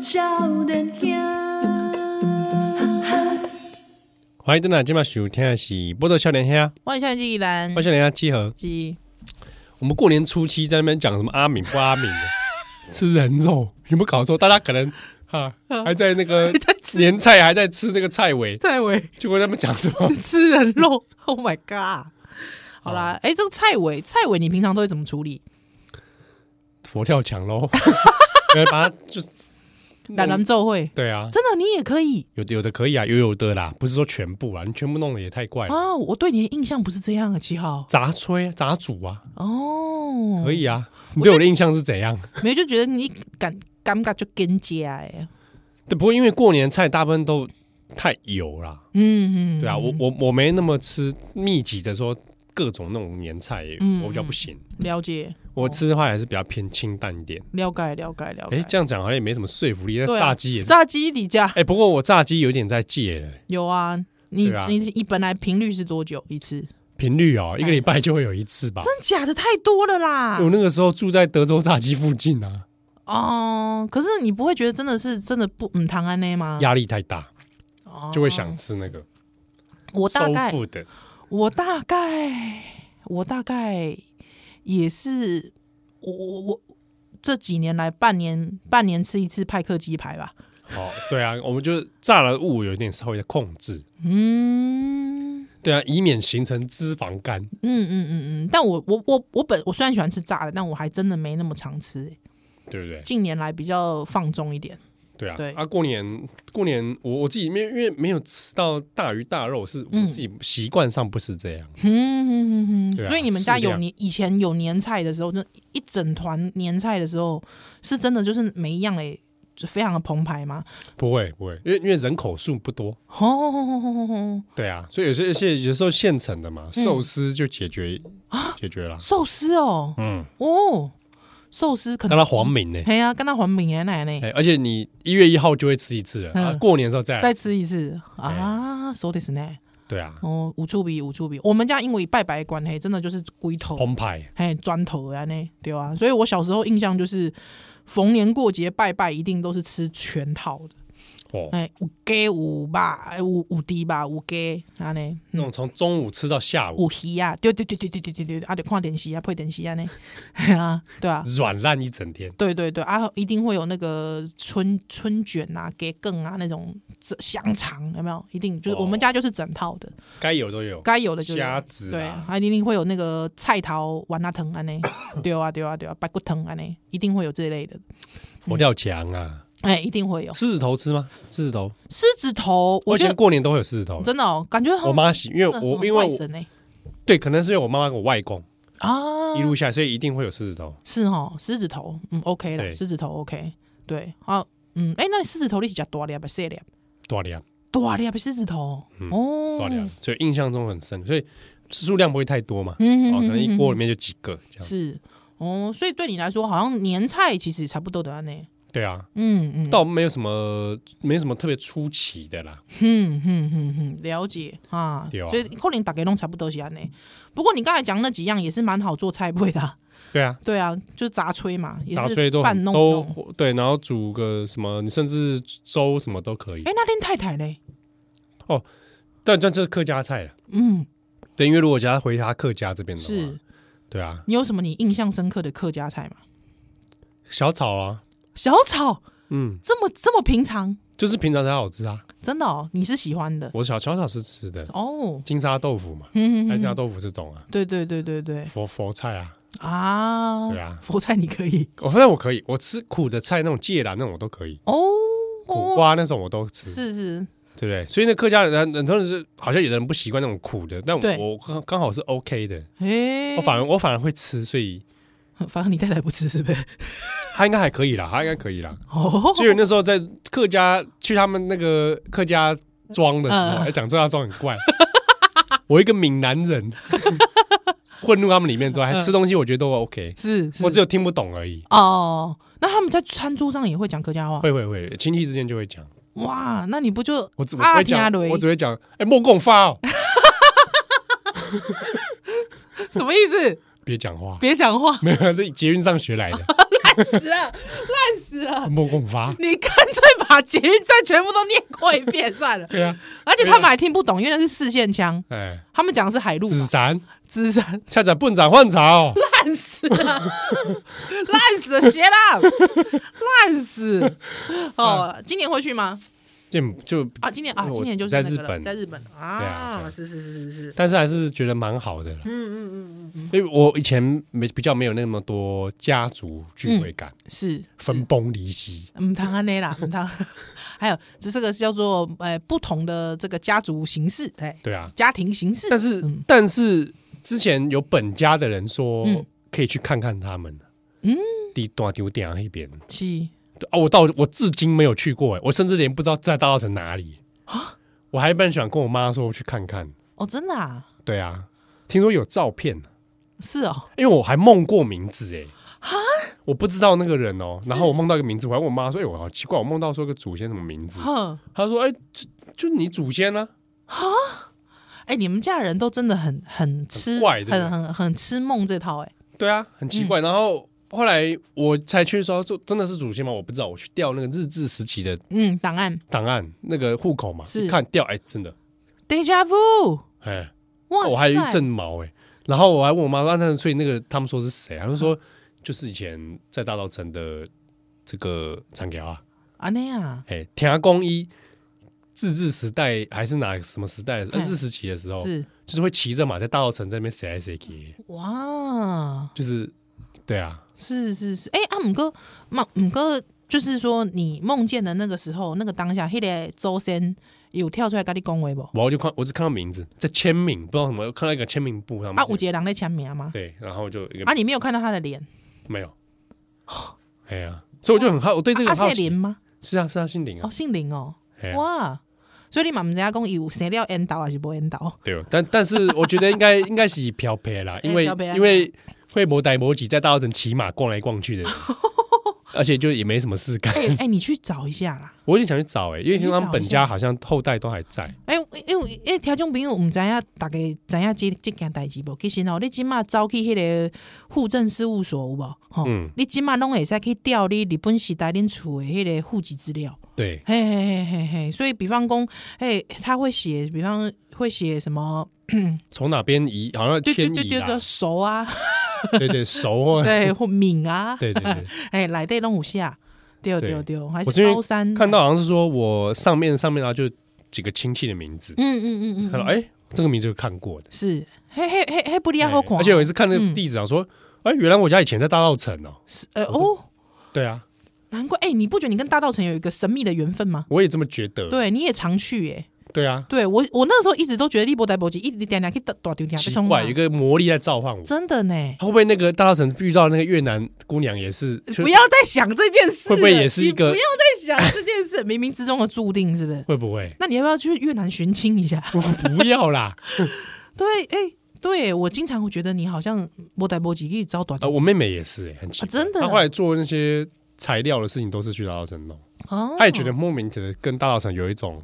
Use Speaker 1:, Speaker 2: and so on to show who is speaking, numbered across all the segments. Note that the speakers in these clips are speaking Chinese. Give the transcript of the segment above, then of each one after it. Speaker 1: 少年兄，
Speaker 2: 欢迎登来，今晚收听的是《波多笑脸虾》，
Speaker 3: 万象季依然
Speaker 2: 波多笑脸虾集合。
Speaker 3: 鸡
Speaker 2: 我们过年初七在那边讲什么阿敏不阿敏的， 吃人肉有没有搞错？大家可能哈
Speaker 3: 啊
Speaker 2: 还在那 个年菜还在吃那个菜尾，
Speaker 3: 蔡伟
Speaker 2: 结果他们讲什么？
Speaker 3: 吃人肉 ，Oh my god！好啦，哎、这个蔡伟，蔡伟，你平常都会怎么处理？
Speaker 2: 佛跳墙 喽，然后把它就是
Speaker 3: 懒人奏会，
Speaker 2: 对啊，
Speaker 3: 真的你也可以
Speaker 2: 有的有的可以啊，有有的啦，不是说全部啊，你全部弄的也太怪了。
Speaker 3: 啊！我对你的印象不是这样啊，七号
Speaker 2: 杂炊啊杂煮啊，
Speaker 3: 哦，
Speaker 2: 可以啊。你对我的印象是怎样？
Speaker 3: 没有就觉得你感尴尬就跟接哎，
Speaker 2: 对，不过因为过年菜大部分都太油啦，
Speaker 3: 嗯嗯，
Speaker 2: 对啊，我我我没那么吃密集的说各种那种年菜，
Speaker 3: 嗯
Speaker 2: 我比较不行。
Speaker 3: 了解，
Speaker 2: 我吃的话还是比较偏清淡一点。
Speaker 3: 了解，了解，了解。
Speaker 2: 哎、这样讲好像也没什么说服力。那
Speaker 3: 对啊
Speaker 2: 炸鸡也是，哎、
Speaker 3: 炸鸡你家
Speaker 2: 不过我炸鸡有点在戒了，
Speaker 3: 有啊？你
Speaker 2: 对啊
Speaker 3: 你你本来频率是多久一次？
Speaker 2: 频率哦、一个礼拜就会有一次吧。
Speaker 3: 真假的太多了啦！
Speaker 2: 我那个时候住在德州炸鸡附近啊，
Speaker 3: 哦，可是你不会觉得真的是真的不嗯唐安内吗？
Speaker 2: 压力太大，
Speaker 3: 哦
Speaker 2: 就会想吃那个
Speaker 3: 我大
Speaker 2: 收
Speaker 3: 概
Speaker 2: 腹的。
Speaker 3: 我大概我大概也是我我我这几年来半年半年吃一次派克鸡排吧。
Speaker 2: 哦，对啊，我们就炸了物有点稍微的控制，
Speaker 3: 嗯
Speaker 2: 对啊，以免形成脂肪肝。
Speaker 3: 嗯嗯嗯嗯，但我我我我本我虽然喜欢吃炸的，但我还真的没那么常吃、欸
Speaker 2: 对不对？
Speaker 3: 近年来比较放纵一点。
Speaker 2: 对啊，
Speaker 3: 对
Speaker 2: 啊，过年过年我我自己没有因为没有吃到大鱼大肉，是我
Speaker 3: 嗯
Speaker 2: 自己习惯上不是这样。
Speaker 3: 嗯嗯嗯
Speaker 2: 对
Speaker 3: 嗯，
Speaker 2: 啊
Speaker 3: 所以你们家
Speaker 2: 适
Speaker 3: 有
Speaker 2: 量
Speaker 3: 年以前有年菜的时候，就一整团年菜的时候，是真的就是每一样嘞，就非常的澎湃吗？
Speaker 2: 不会不会，因为因为人口数不多，
Speaker 3: 哦，
Speaker 2: 对啊，所以有些有些有时候现成的嘛，
Speaker 3: 嗯
Speaker 2: 寿司就解决、
Speaker 3: 啊
Speaker 2: 解决了。
Speaker 3: 寿司哦，
Speaker 2: 嗯，
Speaker 3: 哦，寿司可
Speaker 2: 那
Speaker 3: 能
Speaker 2: 它黄，敏呢？
Speaker 3: 嘿呀、啊，跟他黄饼奶奶呢，
Speaker 2: 哎，而且你一月一号就会吃一次了，
Speaker 3: 嗯
Speaker 2: 啊，过年的时候再来
Speaker 3: 再吃一次啊，そうですね。
Speaker 2: 对啊，
Speaker 3: 哦，五处比五处比，我们家因为拜拜的关系，真的就是龟头
Speaker 2: 澎湃，
Speaker 3: 嘿，砖头啊呢，对啊，所以我小时候印象就是，逢年过节拜拜一定都是吃全套的，
Speaker 2: 哦，
Speaker 3: 哎，有鸡有吧，哎，有有猪吧，有鸡安尼，
Speaker 2: 那
Speaker 3: 嗯
Speaker 2: 种从中午吃到下午，
Speaker 3: 有鱼啊，对对对对对对对对，啊，得看电视啊，配电视啊呢，嘿啊，对啊，
Speaker 2: 软烂一整天。
Speaker 3: 对对对啊，一定会有那个春春卷啊、给更啊那种这香肠有没有？一定就是我们家就是整套的，
Speaker 2: 该有都有，
Speaker 3: 该有的就有
Speaker 2: 哦虾子
Speaker 3: 对
Speaker 2: 啊，，
Speaker 3: 还一定会有那个菜头丸啊藤啊呢，对啊对啊对啊，白骨藤啊呢，一定会有这类的，
Speaker 2: 佛
Speaker 3: 嗯
Speaker 2: 跳墙啊，
Speaker 3: 哎，一定会有
Speaker 2: 狮子头吃吗？狮子头，
Speaker 3: 狮子头，
Speaker 2: 我
Speaker 3: 我
Speaker 2: 以
Speaker 3: 觉
Speaker 2: 前
Speaker 3: 得
Speaker 2: 过年都会有狮子头，
Speaker 3: 真的哦，感觉他
Speaker 2: 我
Speaker 3: 们
Speaker 2: 妈喜，因为
Speaker 3: 真的
Speaker 2: 我
Speaker 3: 很
Speaker 2: 因为
Speaker 3: 外
Speaker 2: 我
Speaker 3: 省哎
Speaker 2: 对，可能是因为我妈妈跟我外公
Speaker 3: 啊
Speaker 2: 一，路下来，所以一定会有狮子头。
Speaker 3: 是哦，狮子头，嗯，OK
Speaker 2: 对
Speaker 3: 了，狮子头 OK，对啊，嗯，哎，那你狮子头你是加多粒还是细粒？
Speaker 2: 多量
Speaker 3: 多粒还是狮子头？
Speaker 2: 嗯
Speaker 3: 哦，
Speaker 2: 多量，啊所以印象中很深，所以数量不会太多嘛，
Speaker 3: 嗯，嗯
Speaker 2: 哦，可能一
Speaker 3: 嗯嗯
Speaker 2: 锅里面就几个这样。
Speaker 3: 是哦，所以对你来说，好像年菜其实也差不多的安呢。
Speaker 2: 对啊，
Speaker 3: 嗯嗯，
Speaker 2: 倒没有什么，没什么特别出奇的啦。
Speaker 3: 嗯嗯嗯嗯，了解啊
Speaker 2: 对啊。
Speaker 3: 所以可能大家拢差不多是安呢。不过你刚才讲那几样也是蛮好做菜味的啊、
Speaker 2: 对啊，
Speaker 3: 对啊，就是杂炊嘛，也
Speaker 2: 打
Speaker 3: 是
Speaker 2: 碎都
Speaker 3: 饭
Speaker 2: 很
Speaker 3: 弄
Speaker 2: 都
Speaker 3: 弄。
Speaker 2: 对，然后煮个什么，你甚至粥什么都可以
Speaker 3: 哎、。那天太太嘞？
Speaker 2: 但但这是客家菜了，啊
Speaker 3: 嗯，
Speaker 2: 对，因为如果家回他客家这边的话
Speaker 3: 是，
Speaker 2: 对啊，
Speaker 3: 你有什么你印象深刻的客家菜吗？
Speaker 2: 小炒啊，
Speaker 3: 小炒
Speaker 2: 嗯，
Speaker 3: 这么这么平常，
Speaker 2: 就是平常才好吃啊。
Speaker 3: 真的哦，你是喜欢的
Speaker 2: 我小小炒是吃的，
Speaker 3: 哦。
Speaker 2: 金沙豆腐嘛，
Speaker 3: 嗯，
Speaker 2: 爱
Speaker 3: 嗯
Speaker 2: 家
Speaker 3: 嗯
Speaker 2: 哎豆腐这种啊，
Speaker 3: 对对对对对
Speaker 2: 佛佛菜啊，
Speaker 3: 啊，
Speaker 2: 对啊
Speaker 3: 佛菜你可以
Speaker 2: 我发现我可以，我吃苦的菜那种芥兰那种我都可以，
Speaker 3: 哦，
Speaker 2: 苦瓜那种我都吃，
Speaker 3: 是是，
Speaker 2: 对不对？所以那客家人很多人是好像有的人不习惯那种苦的，但
Speaker 3: 对
Speaker 2: 我刚刚好是 OK 的，
Speaker 3: 哎、
Speaker 2: 我反而我反而会吃，所以
Speaker 3: 反正你太太不吃是不是？
Speaker 2: 他应该还可以啦，他应该可以啦。
Speaker 3: 哦，
Speaker 2: 所以那时候在客家去他们那个客家庄的时候，
Speaker 3: 嗯
Speaker 2: 还讲客家庄很怪， 我一个闽南人 混入他们里面之后，还吃东西，我觉得都 OK，
Speaker 3: 是是
Speaker 2: 我只有听不懂而已。
Speaker 3: 哦，那他们在餐桌上也会讲客家话
Speaker 2: 会会会，亲戚之间就会讲。
Speaker 3: 哇？那你不就
Speaker 2: 我只我不
Speaker 3: 阿
Speaker 2: 会
Speaker 3: 天阿
Speaker 2: 讲，
Speaker 3: 雷
Speaker 2: 我只会讲，哎、莫共发哦，
Speaker 3: 什么意思？
Speaker 2: 别讲话， ，
Speaker 3: 别讲话
Speaker 2: 没有，这捷运上学来的
Speaker 3: 死了，烂死了！
Speaker 2: 莫共发，
Speaker 3: 你看着把捷运站全部都念过一遍算了。
Speaker 2: 对啊，
Speaker 3: 而且他们还听不懂，因为那是四线腔，
Speaker 2: 哎，
Speaker 3: 他们讲的是海陆
Speaker 2: 紫
Speaker 3: 嘛，
Speaker 2: 闪
Speaker 3: 资深
Speaker 2: 下载笨展换潮，
Speaker 3: 烂死了，烂死了，学啦， 烂死。哦，今年会去吗？
Speaker 2: 就就，
Speaker 3: 啊，今年啊，
Speaker 2: 啊我
Speaker 3: 今年就是那个了
Speaker 2: 在日本
Speaker 3: 在日本
Speaker 2: 对
Speaker 3: 啊
Speaker 2: 啊，
Speaker 3: 是是是是是，
Speaker 2: 但是还是觉得蛮好的啦，
Speaker 3: 嗯嗯嗯嗯嗯，
Speaker 2: 因为我以前没比较没有那么多家族聚会感，
Speaker 3: 嗯是
Speaker 2: 分崩离析，
Speaker 3: 嗯，唐安内啦，嗯唐， 还有这是个是叫做呃不同的这个家族形式，对，
Speaker 2: 对啊，
Speaker 3: 家庭形式，
Speaker 2: 但是、
Speaker 3: 嗯
Speaker 2: 但是之前有本家的人说、
Speaker 3: 嗯
Speaker 2: 可以去看看他们，
Speaker 3: 嗯
Speaker 2: 嗯，地段丢点那边
Speaker 3: 是
Speaker 2: 对啊，我到我至今没有去过，哎，我甚至连不知道在大稻城哪里我还蛮想跟我妈说去看看，
Speaker 3: 哦，真的啊，
Speaker 2: 对啊，听说有照片，啊
Speaker 3: 是哦，
Speaker 2: 因为我还梦过名字哎。 我不知道那个人哦、然后我梦到一个名字，我还问我妈说：“哎、我好奇怪，我梦到说个祖先什么名字？”
Speaker 3: 哼，
Speaker 2: 他说：“哎、就就你祖先啊呢、
Speaker 3: 哎，你们家人都真的很很吃，
Speaker 2: 怪对不对
Speaker 3: 很很很吃梦这套，哎，
Speaker 2: 对啊，很奇怪。然后后来我才去的时候，就真的是祖先吗？我不知道。我去调那个日治时期的
Speaker 3: 嗯，档案
Speaker 2: 档案，那个户口嘛，
Speaker 3: 是
Speaker 2: 一看调，哎、真的，
Speaker 3: deja vu，
Speaker 2: 哎、
Speaker 3: 哇塞，
Speaker 2: 我还有一阵毛哎、然后我还问我妈说啊：“那所以那个他们说是谁啊？”她就说：“就是以前在大稻城的这个长条啊，
Speaker 3: 啊那样，
Speaker 2: 哎、田公一自治时代还是哪个什么时代的时候？
Speaker 3: 哎
Speaker 2: 日治时期的时候，
Speaker 3: 是
Speaker 2: 就是会骑着马在大稻城这边谁来谁去，
Speaker 3: 哇，
Speaker 2: 就是对啊，
Speaker 3: 是是是，哎、阿姆哥，嘛姆哥，就是说你梦见的那个时候，那个当下，迄、那个周深有跳出来跟你恭维不？
Speaker 2: 我就看，我只看到名字在签名，不知道什么，看到一个签名簿上面
Speaker 3: 啊，五杰人在签名吗？
Speaker 2: 对，然后就一个、
Speaker 3: 啊，你没有看到他的脸，
Speaker 2: 没有，哎呀，所以我就很好，我对这个
Speaker 3: 啊，
Speaker 2: 很
Speaker 3: 姓
Speaker 2: 好奇
Speaker 3: 林。吗？
Speaker 2: 是啊，是啊，姓林啊
Speaker 3: 哦，，姓林哦，
Speaker 2: 哎呀
Speaker 3: 哇，所以你嘛唔知影讲伊有生了缘投还是无缘投？
Speaker 2: 对哦，但但是我觉得应该应该是漂白 啦，因为
Speaker 3: 漂白啊
Speaker 2: 因为会摩代摩几在大稻城骑马逛来逛去 的，而且就也没什么事干
Speaker 3: 哎、。哎、你去找一下啦。
Speaker 2: 我有点想去找哎，因为听说他们本
Speaker 3: 你去找一
Speaker 2: 家好像后代都还在，
Speaker 3: 哎、因为哎，听众朋友唔知影，大家知影这这件代志无？其实哦，你即马走去迄个户政事务所有无？吼、
Speaker 2: 嗯
Speaker 3: 你即马拢会使去调你日本时代恁厝的迄个户籍资料。
Speaker 2: 对，
Speaker 3: 嘿嘿嘿嘿嘿，所以比方讲，哎，他会写，比方会写什么？
Speaker 2: 从哪边移好像
Speaker 3: 对对
Speaker 2: 迁
Speaker 3: 对
Speaker 2: 移
Speaker 3: 对对，
Speaker 2: 啦，
Speaker 3: 熟 啊，
Speaker 2: 对对熟哦，
Speaker 3: 对或敏啊，
Speaker 2: 对对对。
Speaker 3: 哎，来对弄五下，对
Speaker 2: 对
Speaker 3: 对对，还
Speaker 2: 我是因
Speaker 3: 是
Speaker 2: 为
Speaker 3: 高三啊
Speaker 2: 看到，好像是说我上面上面然后就几个亲戚的名字，
Speaker 3: 嗯嗯嗯
Speaker 2: 看到
Speaker 3: 嗯，
Speaker 2: 哎、这个名字就看过的，
Speaker 3: 是，嘿嘿嘿嘿，不利亚好
Speaker 2: 哎
Speaker 3: 狂，
Speaker 2: 而且我也是看那个
Speaker 3: 嗯
Speaker 2: 地址啊，说哎、原来我家以前在大稻城哦、
Speaker 3: 是呃哦，
Speaker 2: 对啊，
Speaker 3: 难怪，哎，你不觉得你跟大道城有一个神秘的缘分吗？
Speaker 2: 我也这么觉得，
Speaker 3: 对，你也常去哎，
Speaker 2: 对啊，
Speaker 3: 对我我那时候一直都觉得利博代博吉一直点点去打打丢掉，
Speaker 2: 奇
Speaker 3: 被冲
Speaker 2: 怪，
Speaker 3: 啊
Speaker 2: 有一个魔力在召唤我，
Speaker 3: 真的呢，
Speaker 2: 会不会那个大稻城遇到那个越南姑娘也是，就
Speaker 3: 呃不要再想这件事了，
Speaker 2: 会不会也是一个
Speaker 3: 你不要再想这件 事，冥冥之中的注定是不是？
Speaker 2: 会不会？
Speaker 3: 那你要不要去越南寻亲一下？
Speaker 2: 我不要啦！
Speaker 3: 对，哎、对我经常会觉得你好像波代波吉一直招短
Speaker 2: 呃，我妹妹也是、哎，很奇怪
Speaker 3: 啊真的
Speaker 2: 她后来做那些材料的事情都是去大稻城弄，
Speaker 3: 哦
Speaker 2: 她也觉得莫名的跟大稻城有一种，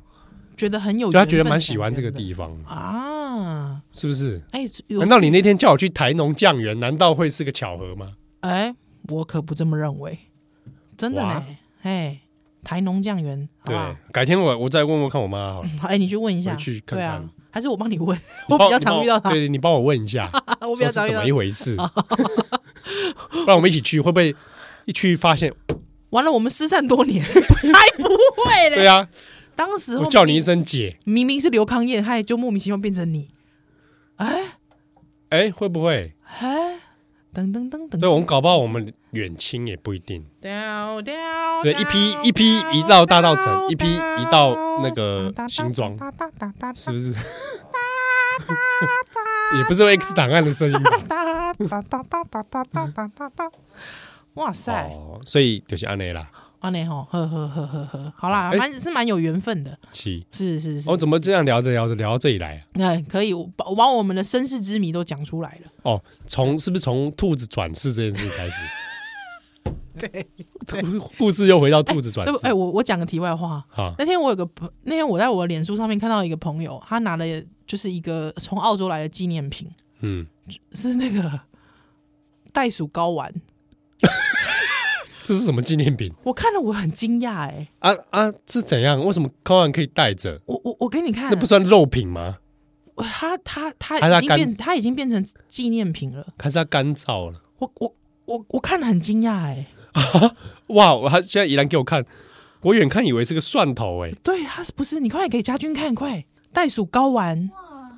Speaker 3: 觉得很
Speaker 2: 就
Speaker 3: 有哦缘分的
Speaker 2: 她
Speaker 3: 感，
Speaker 2: 觉得蛮喜欢这个地方，
Speaker 3: 啊。
Speaker 2: 是不是？
Speaker 3: 哎、有
Speaker 2: 难道你那天叫我去台农酱园，难道会是个巧合吗？
Speaker 3: 哎、我可不这么认为，真的
Speaker 2: 哇
Speaker 3: 呢。哎、台农酱园，好
Speaker 2: 对
Speaker 3: 不好？，
Speaker 2: 改天我我再问问看我妈好了，
Speaker 3: 好，哎、你去问一下，
Speaker 2: 我去看看
Speaker 3: 对啊，还是我帮你问，
Speaker 2: 你
Speaker 3: 我
Speaker 2: 帮
Speaker 3: 比较常遇到
Speaker 2: 你帮
Speaker 3: 他
Speaker 2: 我，对你帮我问一下，
Speaker 3: 我比
Speaker 2: 说
Speaker 3: 较
Speaker 2: 是
Speaker 3: 常遇
Speaker 2: 怎
Speaker 3: 到
Speaker 2: 么
Speaker 3: 他
Speaker 2: 一。回 事？不然我们一起去，会不会一去发现？
Speaker 3: 完了，我们失散多 年，才不会嘞。
Speaker 2: 对啊，
Speaker 3: 当时
Speaker 2: 我
Speaker 3: 候
Speaker 2: 叫你一
Speaker 3: 明
Speaker 2: 声姐，
Speaker 3: 明明是刘康燕，他也就莫名其妙变成你。哎
Speaker 2: 哎，会不会？
Speaker 3: 哎，噔噔噔噔，
Speaker 2: 对我们搞不好我们远亲也不一定。
Speaker 3: 掉掉，
Speaker 2: 对，一批一批移到大道城，一批移到那个新庄，是不是？ 也不是 X 档案的声音吧。
Speaker 3: 哒哒哒哒哒哒哒哒哒哒。哇塞，
Speaker 2: 哦，所以就是安内啦，
Speaker 3: 阿内吼，呵呵呵呵呵，好啦，
Speaker 2: 哎
Speaker 3: 蛮是蛮有缘分的，
Speaker 2: 七。
Speaker 3: 是是是
Speaker 2: 我、哦、，怎么这样聊着聊着聊到这里来啊？
Speaker 3: 那可以，我把我把我们的身世之谜都讲出来了。
Speaker 2: 哦，从是不是从兔子转世这件事开始？
Speaker 3: 对，
Speaker 2: 兔故事又回到兔子转
Speaker 3: 对不？
Speaker 2: 世
Speaker 3: 哎，我我讲个题外话，
Speaker 2: 啊！
Speaker 3: 那天我有个朋，那天我在我的脸书上面看到一个朋友，他拿了就是一个从澳洲来的纪念品，
Speaker 2: 嗯，
Speaker 3: 是那个袋鼠睾丸，
Speaker 2: 这是什么纪念品
Speaker 3: 我看了我很惊讶哎，
Speaker 2: 啊啊？是怎样？为什么高安可以带着？
Speaker 3: 我我我给你看，
Speaker 2: 那不算肉品吗？
Speaker 3: 他他他
Speaker 2: 还是他
Speaker 3: 已经
Speaker 2: 干
Speaker 3: 变他已经变成纪念品了，
Speaker 2: 还是它干燥了？
Speaker 3: 我我我我看了很惊讶哎，
Speaker 2: 哇！我他现在依然给我看，我远看以为是个蒜头哎、
Speaker 3: 对，他是不是？你快给家军看，快！袋鼠睾丸，
Speaker 1: 哇，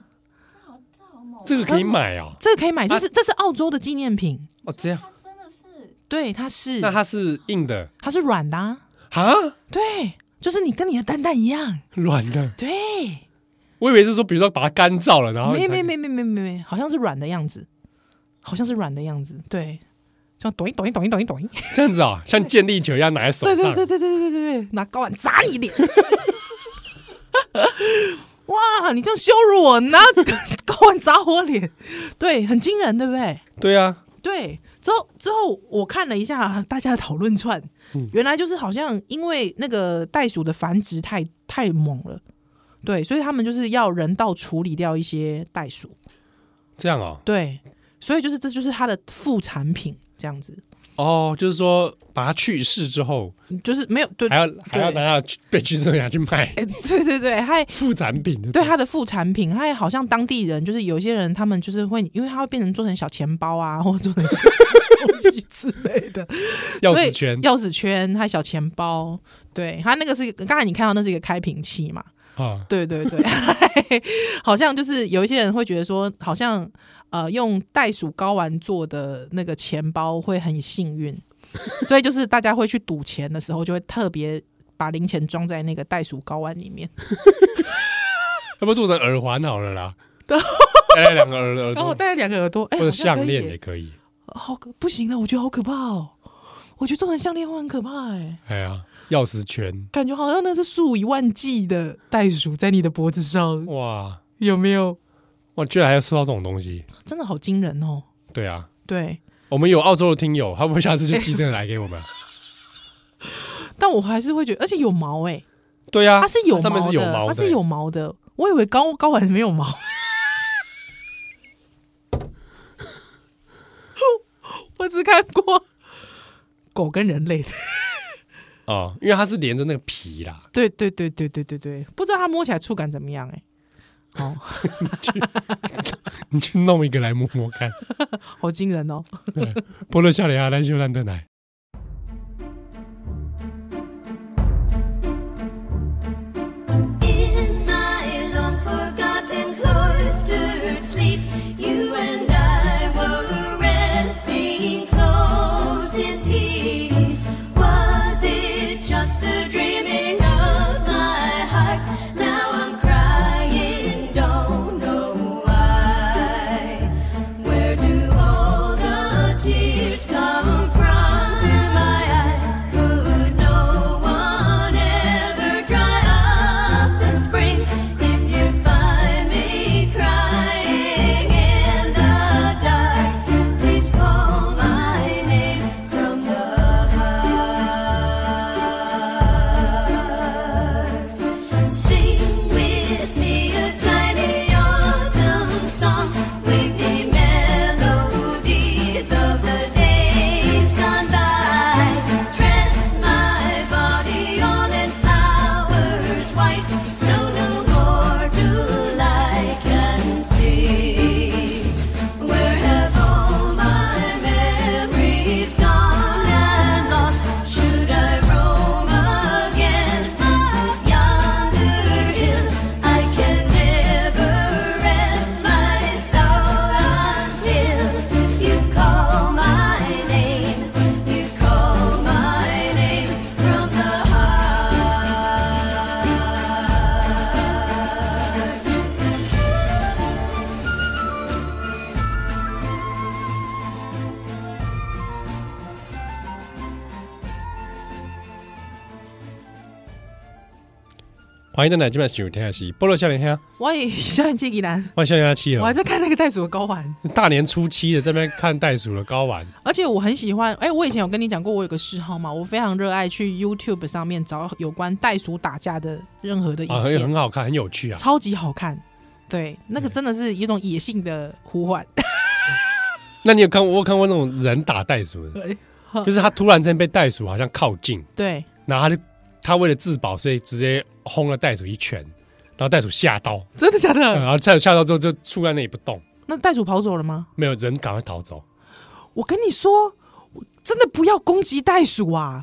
Speaker 1: 这好这好猛哦！
Speaker 2: 这个可以买哦、
Speaker 3: 这个可以买，这是、这是澳洲的纪念品，
Speaker 2: 哦，这样，
Speaker 1: 它真的是
Speaker 3: 对，它是
Speaker 2: 那它是硬的
Speaker 3: 它是软的、啊，
Speaker 2: 啊，
Speaker 3: 对，就是你跟你的蛋蛋一样，
Speaker 2: 软的。
Speaker 3: 对，
Speaker 2: 我以为是说，比如说把它干燥了，然后
Speaker 3: 没没没没没没没，好像是软的样子，好像是软的样子，对，这样抖音抖音抖音抖音抖音，
Speaker 2: 这样子啊、像健力球一样拿在手
Speaker 3: 对
Speaker 2: 上。
Speaker 3: 对对对对对对对，拿睾丸砸你脸。 哇！你这样羞辱我，拿 睾丸砸我脸，对，很惊人，对不对？
Speaker 2: 对啊，
Speaker 3: 对，之后之后我看了一下大家的讨论串，原来就是好像因为那个袋鼠的繁殖太太猛了，对，所以他们就是要人道处理掉一些袋鼠，
Speaker 2: 这样哦、
Speaker 3: 对，所以就是这就是它的副产品这样子，
Speaker 2: 哦，就是说把它去世之后，
Speaker 3: 就是没有对，
Speaker 2: 还要还要拿它去被去世拿去卖
Speaker 3: 哎， 对对对，还
Speaker 2: 副产品的。
Speaker 3: 对啊它的副产品，还好像当地人就是有一些人，他们就是会因为它会变成做成小钱包啊，或者做成一些东西之类的，
Speaker 2: 钥
Speaker 3: 所以
Speaker 2: 匙圈
Speaker 3: 钥匙圈还有小钱包，对，它那个是刚才你看到那是一个开瓶器嘛，
Speaker 2: 啊，
Speaker 3: 对对对， 好像就是有一些人会觉得说，好像呃用袋鼠睾丸做的那个钱包会很幸运，所以就是大家会去赌钱的时候，就会特别把零钱装在那个袋鼠睾丸里面，
Speaker 2: 要不做成耳环好了 啦，戴在两个耳耳
Speaker 3: 然后
Speaker 2: 朵
Speaker 3: 戴了两个耳朵，哎、
Speaker 2: 或者
Speaker 3: 好像可
Speaker 2: 项
Speaker 3: 以
Speaker 2: 链
Speaker 3: 耶
Speaker 2: 也可以。
Speaker 3: 好可不行了，我觉得好可怕哦，我觉得做成项链会很可怕哎、
Speaker 2: 哎呀，钥匙圈
Speaker 3: 感觉好像那是数以万计的袋鼠在你的脖子上，
Speaker 2: 哇
Speaker 3: 有没有？
Speaker 2: 哇，居然还要收到这种东西。
Speaker 3: 真的好惊人哦！
Speaker 2: 对啊，
Speaker 3: 对，
Speaker 2: 我们有澳洲的听友，他们下次就寄这个来给我们 啊。
Speaker 3: 但我还是会觉得，而且有毛哎、
Speaker 2: 对啊，
Speaker 3: 它是有毛的，
Speaker 2: 上面是有毛的，
Speaker 3: 它是有毛的。我以为高高丸没有毛，我只看过狗跟人类的。
Speaker 2: 哦，因为它是连着那个皮啦。
Speaker 3: 对对对对对对对，不知道它摸起来触感怎么样哎、哦，
Speaker 2: 你去弄一个来摸摸看。
Speaker 3: 好惊人哦！
Speaker 2: 波乐笑脸啊，篮球烂蛋奶。
Speaker 4: In my long forgotten cloistered sleep, you and I were resting close in peace. Was it just the dreaming of my heart? Now I'm crying, don't know why. Where do all the tears come from? To my eyes, could no one ever dry up the spring? If you find me crying in the dark, please call my name from the heart. Sing with me a tiny autumn song, with me melodies of the days gone by. Dress my body all in flowers white, so no more do I can see. Where have all my memories gone and lost? Should I roam again up yonder hill? I can never rest my soul until you call my name. You call my name from the heart.
Speaker 2: 《欢迎蛋奶》今晚收听的是《波罗笑脸香》，
Speaker 3: 我也小眼睛依然，
Speaker 2: 欢迎笑脸香七
Speaker 3: 我还
Speaker 2: 友。
Speaker 3: 在看那个袋鼠的睾丸。
Speaker 2: 大年初七的这边看袋鼠的睾 丸，
Speaker 3: 而且我很喜欢，哎、我以前有跟你讲过，我有个嗜好嘛，我非常热爱去 YouTube 上面找有关袋鼠打架的任何的影
Speaker 2: 啊，很
Speaker 3: 片，
Speaker 2: 很好看，很有趣啊。
Speaker 3: 超级好看。对，那个真的是一种 野性的呼唤，
Speaker 2: 那你有看我有看过那种人打袋鼠的？
Speaker 3: 对，
Speaker 2: 就是他突然间被袋鼠好像靠近，
Speaker 3: 对，
Speaker 2: 然后他就他为了自保，所以直接轰了袋鼠一拳，然后袋鼠吓到，
Speaker 3: 真的假
Speaker 2: 嗯
Speaker 3: 的？
Speaker 2: 然后袋鼠吓到之后就猝在那里不动，
Speaker 3: 那袋鼠跑走了吗？
Speaker 2: 没有人赶快逃走。
Speaker 3: 我跟你说，我真的不要攻击袋 鼠啊，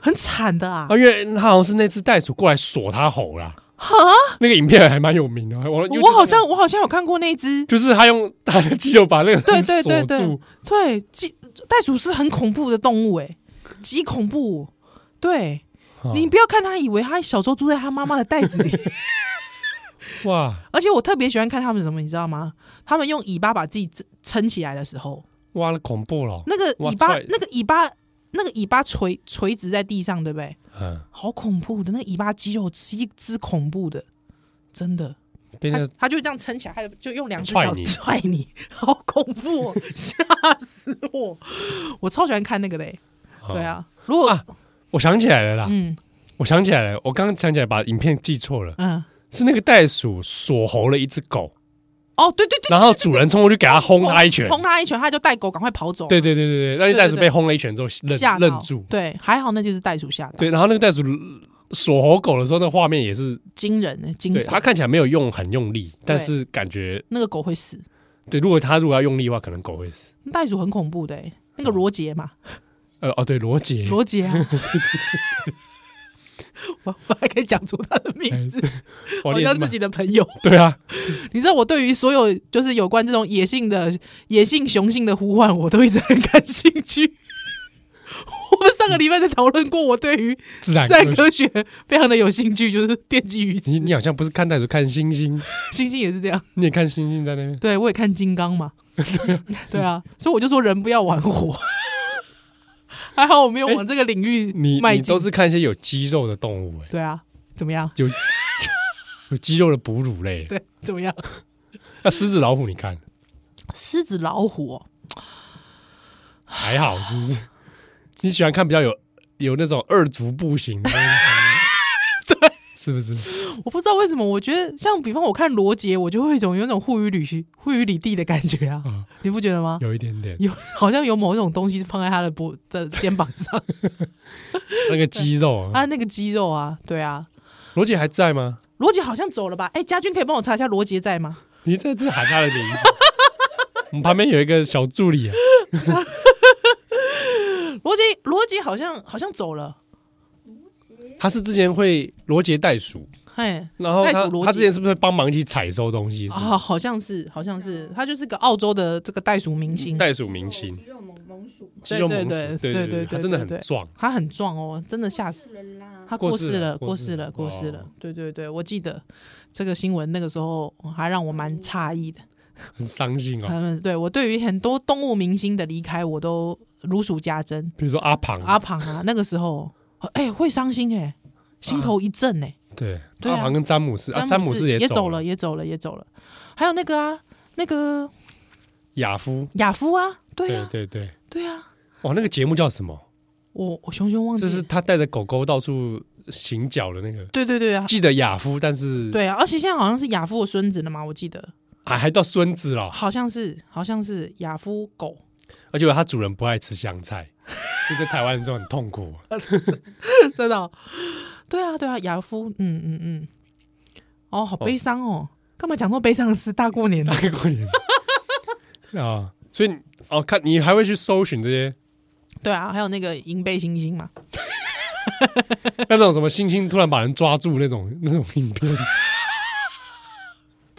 Speaker 3: 很惨的啊
Speaker 2: 啊，。因为他好像是那只袋鼠过来锁他喉啦，
Speaker 3: 哈，
Speaker 2: 那个影片还蛮有名的。我
Speaker 3: 我好像我好像有看过那一只，
Speaker 2: 就是他用他的肌肉把那个
Speaker 3: 对
Speaker 2: 人
Speaker 3: 对
Speaker 2: 锁
Speaker 3: 对对
Speaker 2: 住，
Speaker 3: 对，鸡袋鼠是很恐怖的动物、欸，哎，极恐怖。对
Speaker 2: 啊
Speaker 3: 你不要看它，以为它小时候住在它妈妈的袋 子里，
Speaker 2: 哇
Speaker 3: 而且我特别喜欢看它们什么，你知道吗？它们用尾巴把自己撑撑起来的时候，
Speaker 2: 哇，那恐怖了。
Speaker 3: 那个
Speaker 2: 哇
Speaker 3: 尾巴
Speaker 2: 踹，
Speaker 3: 那个尾巴，那个尾巴垂垂直在地上，对不对？
Speaker 2: 嗯，
Speaker 3: 好恐怖的，那尾巴肌肉之之恐怖的，真的。
Speaker 2: 变
Speaker 3: 它
Speaker 2: 成
Speaker 3: 它就这样撑起来，它就用两只
Speaker 2: 踹
Speaker 3: 脚
Speaker 2: 你
Speaker 3: 踹你，好恐怖、 哦，吓死我！我超喜欢看那个嘞、对，
Speaker 2: 嗯
Speaker 3: 啊，如果、
Speaker 2: 啊我想起来了啦，
Speaker 3: 嗯
Speaker 2: 我想起来了，我刚刚想起来把影片记错了，
Speaker 3: 嗯，
Speaker 2: 是那个袋鼠锁喉了一只狗，
Speaker 3: 哦对对对，
Speaker 2: 然后主人冲过去给他轰他一拳，
Speaker 3: 轰他一拳，他就带狗赶快跑走，
Speaker 2: 对对对对对，那只袋鼠被轰了一拳之后愣
Speaker 3: 吓到，
Speaker 2: 愣住，
Speaker 3: 对，还好那就是袋鼠吓到，
Speaker 2: 对，然后那个袋鼠锁喉狗的时候，那画面也是，
Speaker 3: 惊人呢，惊
Speaker 2: 对，它
Speaker 3: 悚，
Speaker 2: 看起来没有用很用力，但是感觉
Speaker 3: 那个狗会死，
Speaker 2: 对，如果它如果要用力的话，可能狗会死。
Speaker 3: 袋鼠很恐怖的
Speaker 2: 哦
Speaker 3: 欸，那个罗杰嘛，
Speaker 2: 呃哦，对，罗杰，
Speaker 3: 罗杰 啊。我我还可以讲出他的名字，
Speaker 2: 哇
Speaker 3: 好
Speaker 2: 你也
Speaker 3: 像
Speaker 2: 是
Speaker 3: 哦自
Speaker 2: 蛮
Speaker 3: 己的朋友。
Speaker 2: 对啊，
Speaker 3: 你知道我对于所有就是有关这种野性的野性雄性的呼唤，我都一直很感兴趣。 我们上个礼拜在讨论过，我对于
Speaker 2: 自然
Speaker 3: 自然
Speaker 2: 科学
Speaker 3: 科学非常的有兴趣，就是电击鱼
Speaker 2: 你
Speaker 3: 死，
Speaker 2: 你好像不是看袋鼠看星星，
Speaker 3: 星星也是这样。
Speaker 2: 你也看星星在那边。
Speaker 3: 对我也看金刚 嘛，对啊，所以我就说人不要玩火。 还好我没有往这个领域
Speaker 2: 你
Speaker 3: 迈
Speaker 2: 你
Speaker 3: 进
Speaker 2: 都。是看一些有肌肉的动物、欸，
Speaker 3: 对啊，怎么样？
Speaker 2: 有 有肌肉的哺乳类。
Speaker 3: 对，怎么样？
Speaker 2: 那狮子、老虎，你看
Speaker 3: 狮子、老虎哦、
Speaker 2: 还好是不是？ 你喜欢看比较有有那种二足步行的，对， 是不是？
Speaker 3: 我不知道为什么，我觉得像比方我看罗杰，我就会有一种有一种护于履护于履地的感觉啊，
Speaker 2: 嗯
Speaker 3: 你不觉得吗？
Speaker 2: 有一点点
Speaker 3: 有好像有某一种东西放在他的脖的肩膀 上
Speaker 2: 那个肌肉。
Speaker 3: 啊，那个肌肉啊，对啊，
Speaker 2: 罗杰还在吗？
Speaker 3: 罗杰好像走了吧？哎、家军可以帮我查一下罗杰在吗？
Speaker 2: 你在这喊他的名字。 我们旁边有一个小助理啊，
Speaker 3: 罗杰罗杰好像好像走了，
Speaker 2: 他是之前会罗杰袋鼠，
Speaker 3: 嘿，
Speaker 2: 然后
Speaker 3: 袋
Speaker 2: 他
Speaker 3: 鼠罗杰
Speaker 2: 他之前是不是会帮忙一起采收东西？是
Speaker 3: 啊，好像是好像是他就是个澳洲的这个袋鼠明星，
Speaker 2: 袋鼠明星，
Speaker 5: 肌肉猛猛鼠嘛，
Speaker 2: 肌肉猛鼠，
Speaker 3: 对
Speaker 2: 对
Speaker 3: 对对对
Speaker 2: 对，
Speaker 3: 对
Speaker 2: 他真的很
Speaker 3: 对对
Speaker 2: 壮。
Speaker 3: 他很壮哦，真的吓死。
Speaker 5: 是了啦。
Speaker 3: 他
Speaker 2: 过
Speaker 3: 过
Speaker 2: 世
Speaker 3: 世
Speaker 2: 了
Speaker 3: 了，
Speaker 2: 过
Speaker 3: 过
Speaker 2: 世
Speaker 3: 世
Speaker 2: 了
Speaker 3: 了，过世了
Speaker 2: 哦。
Speaker 3: 对对对，我记得这个新闻，那个时候还让我
Speaker 5: 嗯
Speaker 3: 蛮诧异的。
Speaker 2: 很伤心
Speaker 3: 他
Speaker 2: 哦。
Speaker 3: 们对我对于很多动物明星的离开，我都如数家珍。
Speaker 2: 比如说阿庞，
Speaker 3: 阿庞啊，那个时候，哎、会伤心哎、心头一震哎、
Speaker 2: 对，
Speaker 3: 对啊
Speaker 2: 阿庞跟詹姆斯啊，詹姆斯
Speaker 3: 也
Speaker 2: 走
Speaker 3: 了，
Speaker 2: 了，
Speaker 3: 也走了，也走了。还有那个啊，那个
Speaker 2: 亚夫，
Speaker 3: 亚夫啊，对
Speaker 2: 对
Speaker 3: 啊，
Speaker 2: 对对，
Speaker 3: 对啊，
Speaker 2: 哇，哦那个节目叫什么？
Speaker 3: 我我熊熊忘记
Speaker 2: 就
Speaker 3: 了，
Speaker 2: 是他带着狗狗到处行脚的那个，
Speaker 3: 对对对啊，
Speaker 2: 记得亚夫，但是
Speaker 3: 对啊，而且现在好像是亚夫的孙子了嘛，我记得
Speaker 2: 还还到孙子了，
Speaker 3: 好像是好像是亚夫狗。
Speaker 2: 而且他主人不爱吃香菜， 所以在台湾的时候很痛 苦。
Speaker 3: 真的哦、对啊，对啊，雅夫，嗯嗯嗯，哦，好悲伤哦，干嘛讲那么悲伤的事？大过年的
Speaker 2: 大，概过年 啊，所以你哦，看你还会去搜寻这些
Speaker 3: 对啊，还有那个银背星星嘛，
Speaker 2: 那种什么星星突然把人抓住那种那种影 片，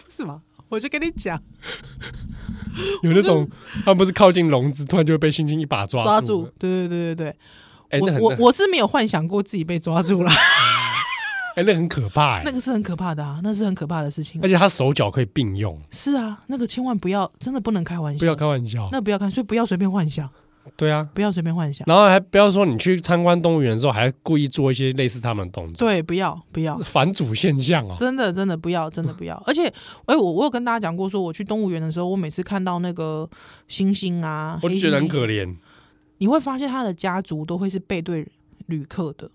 Speaker 3: 是吗？我就跟你讲，
Speaker 2: 有那种他们不是靠近笼子，突然就会被星星一把抓
Speaker 3: 抓
Speaker 2: 住
Speaker 3: 住
Speaker 2: 的，，
Speaker 3: 对对对对
Speaker 2: 哎，那
Speaker 3: 对，
Speaker 2: 很
Speaker 3: 我我
Speaker 2: 那
Speaker 3: 我是没有幻想过自己被抓住 啦，
Speaker 2: 哎，那很可怕哎
Speaker 3: 那。个是很可怕的啊，那是很可怕的事情啊
Speaker 2: 而。且他手脚可以并用，
Speaker 3: 是啊，那个千万不要，真的不能开玩笑，
Speaker 2: 不要开玩笑。
Speaker 3: 那不要看，所以不要随便幻想，
Speaker 2: 对啊，
Speaker 3: 不要随便幻想，
Speaker 2: 然后还不要说你去参观动物园的时候，还故意做一些类似他们的动作，
Speaker 3: 对，不要不要，
Speaker 2: 反祖现象哦。
Speaker 3: 真的真的不要，真的不要。而且，哎、我我有跟大家讲过说我去动物园的时候，我每次看到那个猩猩啊，
Speaker 2: 我就觉得很可
Speaker 3: 怜。
Speaker 2: 怜。
Speaker 3: 你会发现它的家族都会是背对旅客的，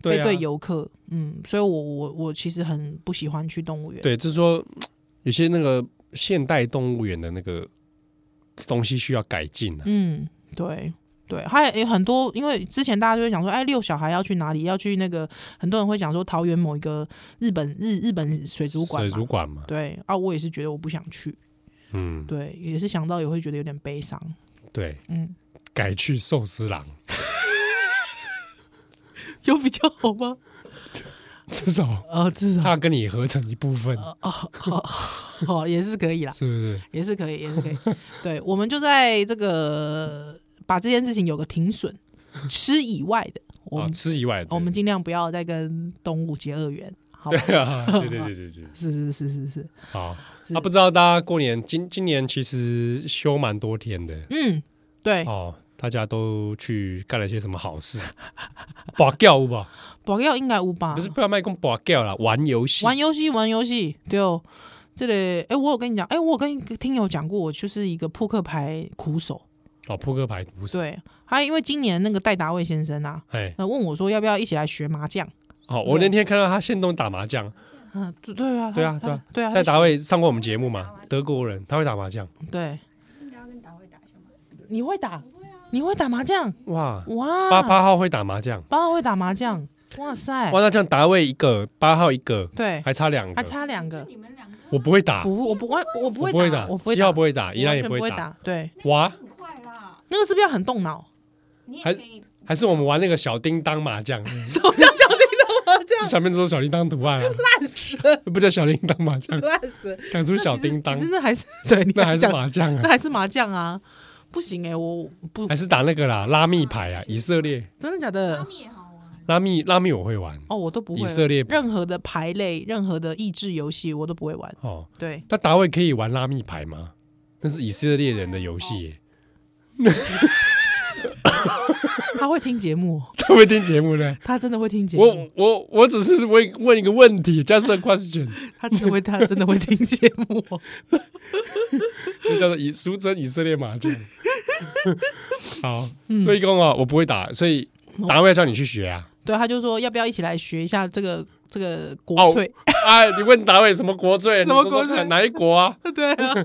Speaker 2: 对啊，
Speaker 3: 背对游客。嗯，所以我我我其实很不喜欢去动物园。
Speaker 2: 对，就是说有些那个现代动物园的那个东西需要改进啊。
Speaker 3: 嗯，对。对，还有有很多，因为之前大家就会讲说，哎，遛小孩要去哪里？要去那个，很多人会讲说桃园某一个日本日日本水族馆嘛。
Speaker 2: 水族馆嘛，
Speaker 3: 对啊，我也是觉得我不想去，
Speaker 2: 嗯，
Speaker 3: 对，也是想到也会觉得有点悲伤。
Speaker 2: 对，
Speaker 3: 嗯，
Speaker 2: 改去寿司郎，
Speaker 3: 有比较好吗？
Speaker 2: 至少
Speaker 3: 呃，至少
Speaker 2: 他跟你合成一部分，
Speaker 3: 哦，好，好，也是可以啦，
Speaker 2: 是不是？
Speaker 3: 也是可以，也是可以。对，我们就在这个把这件事情有个停损，吃以外的，我
Speaker 2: 哦，
Speaker 3: 们、
Speaker 2: 吃以外的，
Speaker 3: 我们尽量不要再跟动物结恶缘，好吧
Speaker 2: 对啊，对对对对对，
Speaker 3: 是是是是是，
Speaker 2: 好。
Speaker 3: 是
Speaker 2: 啊，不知道大家过年今今年其实休蛮多天的
Speaker 3: 嗯，对，
Speaker 2: 哦，大家都去干了些什么好事？ 拔掉吧，
Speaker 3: 保镖应该有吧
Speaker 2: 不？是不要卖公拔掉啦，玩游戏，
Speaker 3: 玩游戏，玩游戏，对哦。这里，哎、我有跟你讲，哎、我有跟一个听友讲过，我就是一个扑克牌苦手。
Speaker 2: 哦，扑克牌不是，
Speaker 3: 对，还因为今年那个戴达卫先生啊，
Speaker 2: 哎，
Speaker 3: 呃问我说要不要一起来学麻将。
Speaker 2: 好，我那天看到他现动打麻将，
Speaker 3: 嗯，对对啊，
Speaker 2: 对啊
Speaker 3: 他
Speaker 2: 对啊，
Speaker 3: 对啊，
Speaker 2: 戴
Speaker 3: 他
Speaker 2: 达卫上过我们节目嘛，德国人，他会打麻将，
Speaker 3: 对，
Speaker 1: 应该要跟达会打一下吗？
Speaker 3: 你会打，
Speaker 1: 啊
Speaker 3: 你会打麻将，
Speaker 2: 哇，
Speaker 3: 哇，
Speaker 2: 八八号会打麻将，
Speaker 3: 八号会打麻将，哇塞
Speaker 2: 哇，，那这样达卫一个，八号一个，
Speaker 3: 哎对，
Speaker 2: 还差两
Speaker 3: 还
Speaker 2: 个，
Speaker 3: 差两个，
Speaker 1: 你们两个
Speaker 2: 我不会打，
Speaker 3: 不，我不会，我不
Speaker 2: 我
Speaker 3: 会
Speaker 2: 不会
Speaker 3: 打，我不会
Speaker 2: 七号
Speaker 3: 打，
Speaker 2: 不会打，依
Speaker 3: 我
Speaker 2: 然
Speaker 3: 完
Speaker 2: 也
Speaker 3: 全
Speaker 2: 不
Speaker 3: 不
Speaker 2: 会
Speaker 3: 会
Speaker 2: 打，
Speaker 3: 打，对，
Speaker 2: 哇，
Speaker 1: 很快啦，
Speaker 3: 那个是不是要很动脑？
Speaker 1: 你也
Speaker 2: 还
Speaker 1: 可以
Speaker 2: 还是我们玩那个小叮当麻 将，
Speaker 3: 什么叫小叮当麻
Speaker 2: 这
Speaker 3: 将？
Speaker 2: 上面都是小叮当图案啊，
Speaker 3: 烂死了，
Speaker 2: 不叫小叮当麻将，
Speaker 3: 烂死了！
Speaker 2: 讲出小叮当
Speaker 3: 其实，其实那还是 对，你
Speaker 2: 那还是
Speaker 3: 讲
Speaker 2: 麻将啊，
Speaker 3: 那还是麻将啊。不行哎、我 不
Speaker 2: 还是打那个啦，拉密牌啊，以色列
Speaker 3: 真的假
Speaker 1: 拉
Speaker 3: 的
Speaker 1: 面好玩，
Speaker 2: 拉密拉密我会玩
Speaker 3: 哦，我都不会
Speaker 2: 以色列牌
Speaker 3: 任何的牌类、任何的益智游戏我都不会玩。
Speaker 2: 哦，
Speaker 3: 对，
Speaker 2: 那达卫可以玩拉密牌吗？那是以色列人的游戏 耶，
Speaker 3: 他会听节目，
Speaker 2: 他会听节目呢。
Speaker 3: 他真的会听节目，
Speaker 2: 我我我只是问问一个问题，just a question，
Speaker 3: 他真的会，他真的会听节目。哦
Speaker 2: 那叫做以俗称以色列麻将。 好，
Speaker 3: 嗯
Speaker 2: 所以公啊，我不会打，所以达卫叫你去学啊。
Speaker 3: 对，他就说要不要一起来学一下这个这个国
Speaker 2: 哦
Speaker 3: 粹？
Speaker 2: 哎，你问达卫什么国罪？
Speaker 3: 什么
Speaker 2: 你说说
Speaker 3: 国罪
Speaker 2: 看哪一国 啊？
Speaker 3: 对啊，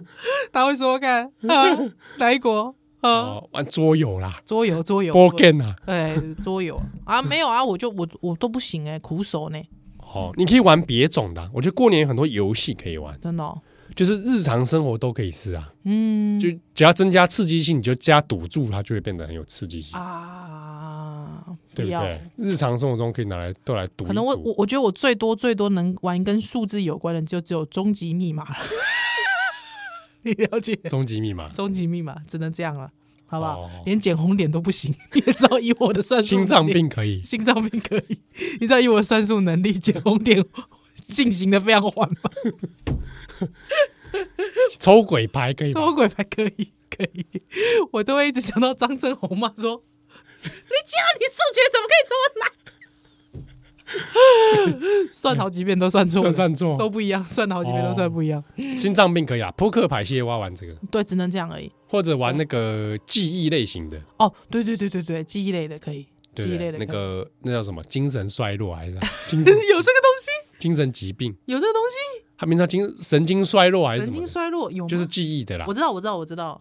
Speaker 3: 他会说看啊，哪一国啊？
Speaker 2: 哦，玩桌游啦
Speaker 3: 桌游，桌游，
Speaker 2: ，board game 啊。
Speaker 3: 哎，桌游啊，没有啊，我就我我都不行哎，苦手呢，
Speaker 2: 哦，你可以玩别种的啊、我觉得过年有很多游戏可以玩，
Speaker 3: 真的哦。
Speaker 2: 就是日常生活都可以是啊。
Speaker 3: 嗯
Speaker 2: 就只要增加刺激性，你就加赌注，它就会变得很有刺激性，
Speaker 3: 啊，
Speaker 2: 对不
Speaker 3: 要
Speaker 2: 对？日常生活中可以拿来都来赌一赌。
Speaker 3: 可能我我我觉得我最多最多能玩跟数字有关的，就只有终极密码了。 你了解？
Speaker 2: 终极密码
Speaker 3: 终极密码只能这样了，好不好？
Speaker 2: 哦
Speaker 3: 连捡红点都不行， 你也知道以我的算术，
Speaker 2: 心脏病可以，
Speaker 3: 心脏病可以，你知道以我的算术能力，捡红点 进行的非常缓慢，
Speaker 2: 抽鬼牌可以吧，
Speaker 3: 抽鬼牌可以可以，我都会一直想到张正红妈说：“ 你这样你数学怎么可以这么难？” 算好几遍都算错
Speaker 2: 算
Speaker 3: 了，
Speaker 2: 算
Speaker 3: 都
Speaker 2: 错，哦
Speaker 3: 不一样，算好几遍都算不一样。
Speaker 2: 心脏病可以啊。扑克牌系列我要玩这个，
Speaker 3: 对，只能这样而已。
Speaker 2: 或者玩那个记忆类型的，
Speaker 3: 哦，对对对对对，记忆类的可以，
Speaker 2: 对
Speaker 3: 记忆
Speaker 2: 不
Speaker 3: 类
Speaker 2: 对？那
Speaker 3: 的可以
Speaker 2: 个那叫什么？精神衰弱还是啊精 神
Speaker 3: 有这个东西，
Speaker 2: 精神疾病？
Speaker 3: 有这个东
Speaker 2: 它名叫精神经衰弱还
Speaker 3: 西，
Speaker 2: 是
Speaker 3: 神
Speaker 2: 什么
Speaker 3: 经
Speaker 2: 的？
Speaker 3: 衰弱有吗？
Speaker 2: 就是记忆的啦
Speaker 3: 我。知道，我知道，我知道，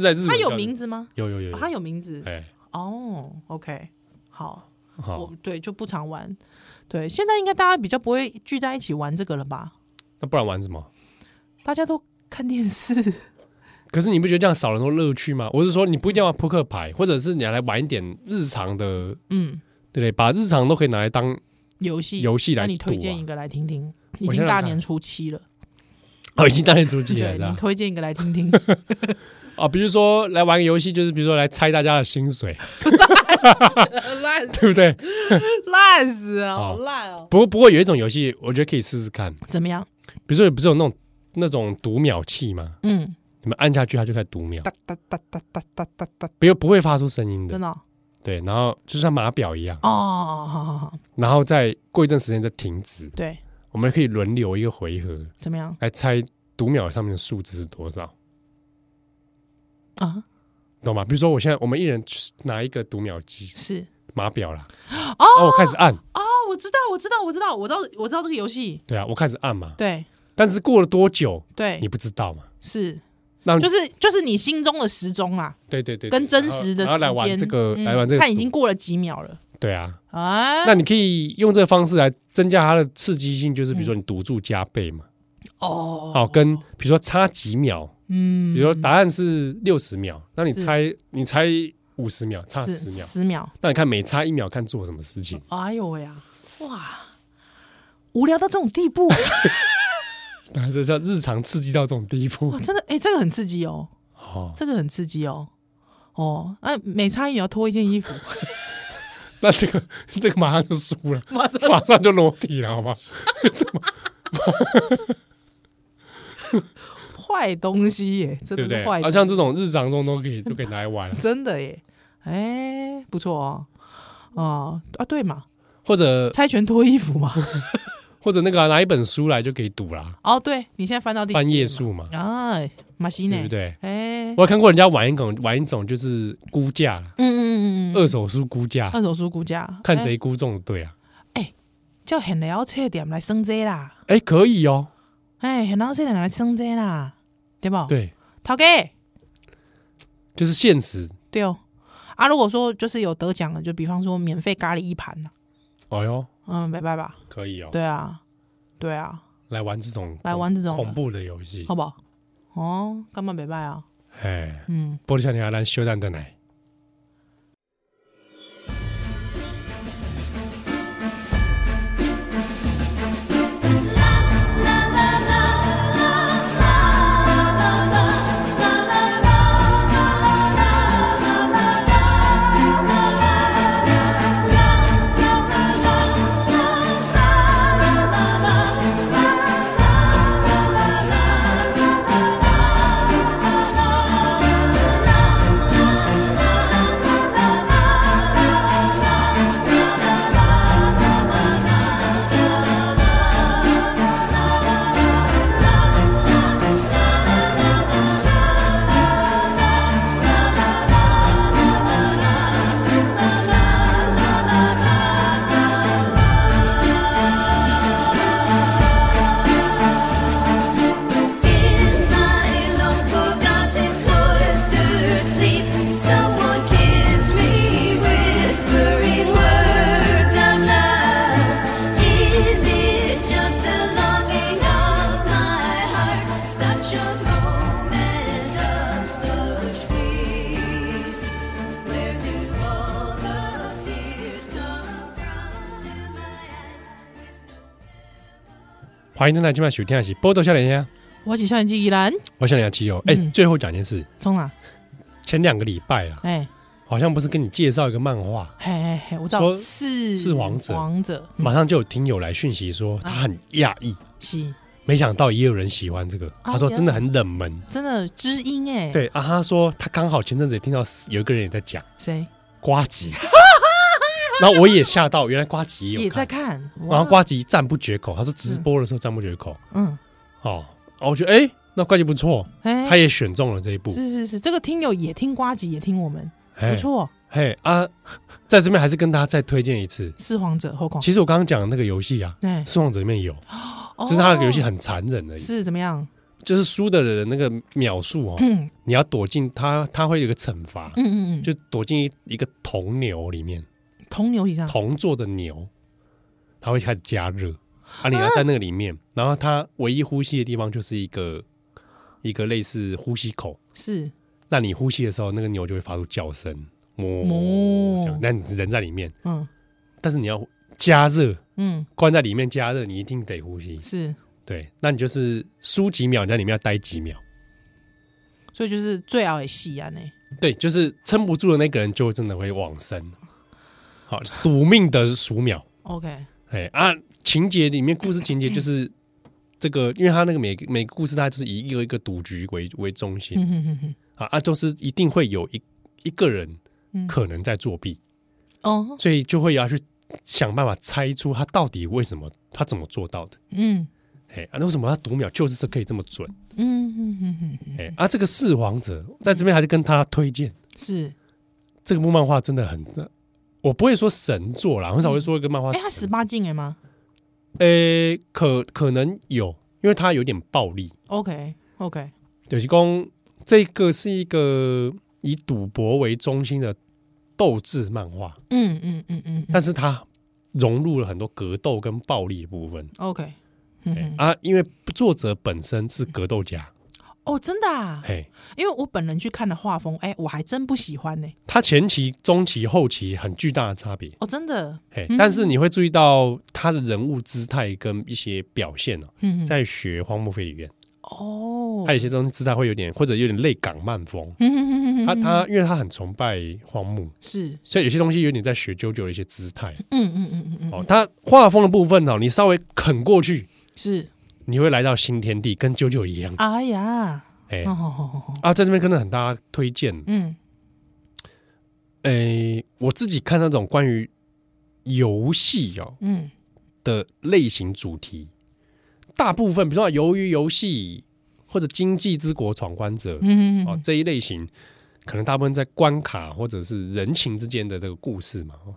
Speaker 2: 在日本
Speaker 3: 它有
Speaker 2: 叫
Speaker 3: 名，字吗？
Speaker 2: 有有有，
Speaker 3: 哦它有名字
Speaker 2: 哎，
Speaker 3: 哦。OK，好，
Speaker 2: 好
Speaker 3: 我，对就不常玩。对，现在应该大家比较不会聚在一起玩这个了吧？
Speaker 2: 那不然玩什么？
Speaker 3: 大家都看电视。
Speaker 2: 可是你不觉得这样少了很多乐趣吗？我是说，你不一定要玩扑克牌，或者是你要来玩一点日常的，
Speaker 3: 嗯，
Speaker 2: 对不对？把日常都可以拿来当
Speaker 3: 游戏
Speaker 2: 游戏来
Speaker 3: 那你
Speaker 2: 赌
Speaker 3: 推荐一
Speaker 2: 啊。
Speaker 3: 个来听听，已
Speaker 2: 我
Speaker 3: 经
Speaker 2: 想想
Speaker 3: 大
Speaker 2: 看
Speaker 3: 年初七了，
Speaker 2: 哦，已经当年出去了
Speaker 3: 对，
Speaker 2: 是 吧
Speaker 3: 你？推荐一个来听听。
Speaker 2: 哦，比如说来玩个游戏，就是比如说来猜大家的薪水，
Speaker 3: 烂
Speaker 2: 对不对？
Speaker 3: 烂死啊，
Speaker 2: 好
Speaker 3: 好烂哦！
Speaker 2: 不过不过有一种游戏，我觉得可以试试看，比
Speaker 3: 怎么样？
Speaker 2: 如说不是有那种那种读秒器吗？
Speaker 3: 嗯，
Speaker 2: 你们按下去，它就开始读秒
Speaker 3: 哒，哒哒哒哒哒哒哒，
Speaker 2: 不不会发出声音
Speaker 3: 真
Speaker 2: 的，
Speaker 3: 的哦
Speaker 2: 对。然后就像码表一样，
Speaker 3: 哦，好好好，
Speaker 2: 然后再过一段时间再停止，
Speaker 3: 对，
Speaker 2: 我们可以轮流一个回合
Speaker 3: 怎么样
Speaker 2: 来猜读秒上面的数字是多少。
Speaker 3: 啊？
Speaker 2: 懂吗？比如说，我现在我们一人拿一个读秒机
Speaker 3: 是
Speaker 2: 码表啦，啊，我开始按，
Speaker 3: 哦，我知道，我知道，我知道，我知道，我知道这个游戏，
Speaker 2: 对啊，我开始按嘛。
Speaker 3: 对
Speaker 2: 但是过了多久，
Speaker 3: 对
Speaker 2: 你不知道嘛？
Speaker 3: 是，
Speaker 2: 让
Speaker 3: 就是就是你心中的时钟啊，
Speaker 2: 对对对，对
Speaker 3: 跟真实的
Speaker 2: 然后
Speaker 3: 时
Speaker 2: 然后来玩
Speaker 3: 间
Speaker 2: 这个，
Speaker 3: 嗯
Speaker 2: 来玩这个，
Speaker 3: 看已经过了几秒了
Speaker 2: 对啊。
Speaker 3: 啊
Speaker 2: 那。你可以用这个方式来增加它的刺激性，就是比如说你赌注加倍嘛，
Speaker 3: 哦，
Speaker 2: 好，跟比如说差几秒，
Speaker 3: 嗯
Speaker 2: 比如说答案是六十秒，那你
Speaker 3: 是
Speaker 2: 猜你猜五十秒，差十秒，
Speaker 3: 十秒，
Speaker 2: 那你看每差一秒看做什么事情，
Speaker 3: 哎呦喂呀，哇，无聊到这种地步，
Speaker 2: 啊 这叫日常刺激到这种地步
Speaker 3: 哇，。真的，哎、这个很刺激哦，
Speaker 2: 哦，
Speaker 3: 这个很刺激哦，哦，那、每差一秒脱一件衣服，
Speaker 2: 那这个 这个马上就输了，
Speaker 3: 马上
Speaker 2: 马上就裸体了，好吧？
Speaker 3: 坏东西耶，真
Speaker 2: 对不
Speaker 3: 的
Speaker 2: 对？
Speaker 3: 是坏东西，
Speaker 2: 啊，像这种日常中都可以就可以拿来玩了，
Speaker 3: 真的耶，哎、不错哦，哦啊，对嘛，
Speaker 2: 或者
Speaker 3: 猜拳脱衣服嘛，
Speaker 2: 或者那个啊拿一本书来就可以赌啦，
Speaker 3: 哦，对你现在翻到第
Speaker 2: 翻页数嘛，
Speaker 3: 啊，马西呢，
Speaker 2: 对不对？
Speaker 3: 哎、
Speaker 2: 我有看过人家玩一种玩一种就是估价啦，
Speaker 3: 嗯嗯嗯嗯，
Speaker 2: 二手书估价，
Speaker 3: 二手书估价，
Speaker 2: 看
Speaker 3: 哎
Speaker 2: 谁估中的对啊。
Speaker 3: 叫很了切点来升这啦。
Speaker 2: 哎，可以哦，
Speaker 3: 哎，很老实人来升这啦，对不？，
Speaker 2: 对，
Speaker 3: 头家
Speaker 2: 就是限时。
Speaker 3: 对哦。啊，如果说就是有得奖的，就比方说免费咖喱一盘呐、
Speaker 2: 哎呦，
Speaker 3: 嗯，没办法，
Speaker 2: 可以哦，
Speaker 3: 对啊，对啊，
Speaker 2: 来玩这种
Speaker 3: 来玩这种
Speaker 2: 恐怖的游戏
Speaker 3: 好。不好？哦，干嘛没办啊？
Speaker 2: 哎，
Speaker 3: 嗯，
Speaker 2: 玻璃少年阿兰修蛋的奶，
Speaker 4: In my long forgotten cloistered sleep, someone kissed me, whispering words of love. Is it just the longing of my heart? Such a moment of such peace. Where do all the tears come from? To my eyes, with no
Speaker 2: 欢迎大家今晚收听的是《波多少年呀》，
Speaker 3: 我起校园记依然
Speaker 2: 我想你要基友。哎，
Speaker 3: 嗯
Speaker 2: 最后讲一件事，
Speaker 3: 中啊，
Speaker 2: 前两个礼拜啦，
Speaker 3: 哎
Speaker 2: 好像不是跟你介绍一个漫画，
Speaker 3: 嘿嘿嘿，我知道
Speaker 2: 说
Speaker 3: 是
Speaker 2: 是王者
Speaker 3: 王者嗯
Speaker 2: 马上就有听友来讯息说他很讶异，
Speaker 3: 是
Speaker 2: 没想到也有人喜欢这个，他说
Speaker 3: 原来
Speaker 2: 真的很冷门。
Speaker 3: 真的知音哎，，
Speaker 2: 对啊，他说他刚好前阵子也听到有一个人也在讲
Speaker 3: 谁
Speaker 2: 瓜 吉，然后我也吓到，原来瓜吉也有
Speaker 3: 也在
Speaker 2: 看，
Speaker 3: 看，
Speaker 2: 然后
Speaker 3: 哇，
Speaker 2: 瓜吉赞不绝口，他说直播的时候赞不绝口。
Speaker 3: 嗯，
Speaker 2: 哦，然后我觉得哎、那瓜吉不错，
Speaker 3: 哎，
Speaker 2: 他也选中了这一部，
Speaker 3: 是是是，这个听友也听瓜吉，也听我们，
Speaker 2: 哎
Speaker 3: 不错，
Speaker 2: 嘿啊， 在这边还是跟大家再推荐一次。
Speaker 3: 是王者后况，
Speaker 2: 其实我刚刚讲的那个游戏啊，
Speaker 3: 哎，
Speaker 2: 《失望者》里面有，
Speaker 3: 哦
Speaker 2: 只是他那个游戏很残忍而已，
Speaker 3: 是怎么样？
Speaker 2: 就是输的人的那个秒数哦，
Speaker 3: 嗯
Speaker 2: 你要躲进他，他会有一个惩罚，
Speaker 3: 嗯嗯嗯，
Speaker 2: 就躲进一一个铜牛里面，
Speaker 3: 铜牛以上，
Speaker 2: 铜做的牛，它会开始加热，啊，你要在那个里面，然后它唯一呼吸的地方就是一个一个类似呼吸口，
Speaker 3: 是
Speaker 2: 那你呼吸的时候，那个牛就会发出叫声，
Speaker 3: 哞
Speaker 2: 哞，这样那你人在里面，
Speaker 3: 嗯
Speaker 2: 但是你要加热，
Speaker 3: 嗯
Speaker 2: 关在里面加热，你一定得呼吸。
Speaker 3: 是，
Speaker 2: 对，那你就是输几秒，你在里面要待几秒。
Speaker 3: 所以就是最熬的戏啊呢，
Speaker 2: 对，就是撑不住的那个人就真的会往生。好，赌命的数秒。
Speaker 3: OK，
Speaker 2: 哎啊，情节里面故事情节就是这个，因为他那个每个每个故事，它就是以一个一个赌局为为中心、
Speaker 3: 嗯哼哼哼，
Speaker 2: 啊啊，就是一定会有一一个人
Speaker 3: 嗯
Speaker 2: 可能在作弊，
Speaker 3: 哦，
Speaker 2: 所以就会要去想办法猜出他到底为什么他怎么做到的。
Speaker 3: 嗯
Speaker 2: 哎啊，那为什么他读秒就是这可以这么准？
Speaker 3: 嗯嗯嗯嗯，
Speaker 2: 哎啊，这个四王者在这边还是跟他推荐
Speaker 3: 是，
Speaker 2: 这个部漫画真的很，我不会说神作啦，很少会说一个漫画
Speaker 3: 哎，他十
Speaker 2: 神。
Speaker 3: 八禁哎吗
Speaker 2: 呃、可可能有，因为它有点暴力。
Speaker 3: ？OK OK，
Speaker 2: 就是讲这个是一个以赌博为中心的斗志漫画，
Speaker 3: 嗯嗯嗯嗯嗯
Speaker 2: 但是它融入了很多格斗跟暴力的部分。
Speaker 3: ，OK，嗯
Speaker 2: 哎
Speaker 3: 嗯，
Speaker 2: 啊，因为作者本身是格斗家，
Speaker 3: 哦，真的啊，
Speaker 2: 嘿，
Speaker 3: 因为我本人去看的画风，哎，我还真不喜欢呢，
Speaker 2: 他前期、中期、后期很巨大的差别，
Speaker 3: 哦，真的，
Speaker 2: 嘿
Speaker 3: 嗯，
Speaker 2: 但是你会注意到他的人物姿态跟一些表现哦，
Speaker 3: 嗯，嗯
Speaker 2: 在学荒木飞里面，
Speaker 3: 哦
Speaker 2: 他，有些东西姿态会有点或者有点类港漫风。
Speaker 3: 嗯嗯嗯嗯嗯
Speaker 2: 他他因为他很崇拜荒木，
Speaker 3: 是，
Speaker 2: 所以有些东西有点在学啾啾的一些姿态
Speaker 3: 嗯嗯嗯嗯嗯，
Speaker 2: 哦。他画风的部分哦，你稍微啃过去，
Speaker 3: 是，
Speaker 2: 你会来到新天地，跟啾啾一样。
Speaker 3: 哎呀，
Speaker 2: 哎
Speaker 3: 哦哦哦哦，
Speaker 2: 啊，在这边真的很大家推荐。
Speaker 3: 嗯
Speaker 2: 哎，我自己看那种关于游戏哦
Speaker 3: 嗯
Speaker 2: 的类型主题，大部分比如说鱿鱼游戏或者经济之国闯关者
Speaker 3: 嗯嗯
Speaker 2: 哦
Speaker 3: 嗯，
Speaker 2: 这一类型，可能大部分在关卡或者是人情之间的这个故事嘛。哦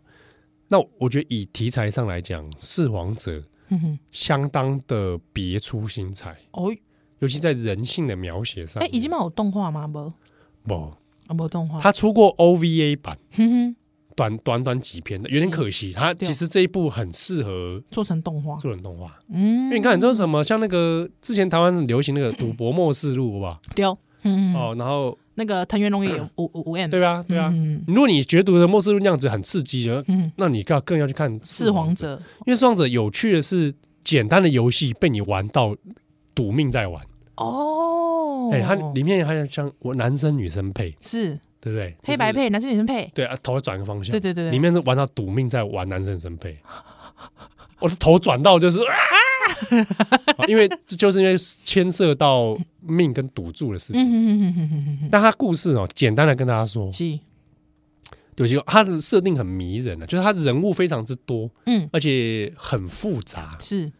Speaker 2: 那我觉得以题材上来讲，《四王者》
Speaker 3: 嗯嗯，
Speaker 2: 相当的别出心裁，
Speaker 3: 哦，
Speaker 2: 尤其在人性的描写上
Speaker 3: 哎，
Speaker 2: 面。
Speaker 3: 已经有动画吗？不，
Speaker 2: 不，
Speaker 3: 啊，没有动画，
Speaker 2: 他出过 OVA 版，
Speaker 3: 哼哼，
Speaker 2: 短短短几篇的，有点可惜。他
Speaker 3: 对啊
Speaker 2: 其实这一部很适合
Speaker 3: 做成动画，
Speaker 2: 做成动画，
Speaker 3: 嗯，
Speaker 2: 因为你看很多什么，像那个之前台湾很流行那个《赌博末世录》吧，
Speaker 3: 丢，嗯嗯，嗯
Speaker 2: 哦，然后
Speaker 3: 那个藤原龙也有五五五 N，
Speaker 2: 对吧？对啊，
Speaker 3: 嗯嗯
Speaker 2: 如果你觉得《赌的末世录》那样子很刺激，然后
Speaker 3: 嗯，
Speaker 2: 那你更更要去看《
Speaker 3: 四皇》，者，
Speaker 2: 因为《四皇者》有趣的是，简单的游戏被你玩到赌命在玩，
Speaker 3: 哦，
Speaker 2: 哎，它里面还有像我男生女生配，
Speaker 3: 是
Speaker 2: 对不对？
Speaker 3: 黑白
Speaker 2: 就是
Speaker 3: 配，男生女生配，
Speaker 2: 对啊，头转个方向，
Speaker 3: 对对对对
Speaker 2: 里面是玩到赌命在玩男生身配， 我的头转到就是啊， 因为就是因为牵涉到命跟赌注的事
Speaker 3: 嗯
Speaker 2: 情。
Speaker 3: 嗯嗯嗯嗯嗯嗯，
Speaker 2: 但他故事哦，简单的跟大家说，
Speaker 3: 是，
Speaker 2: 有些他的设定很迷人啊的、就是他人物非常之多，
Speaker 3: 嗯
Speaker 2: 而且很复杂，
Speaker 3: 是，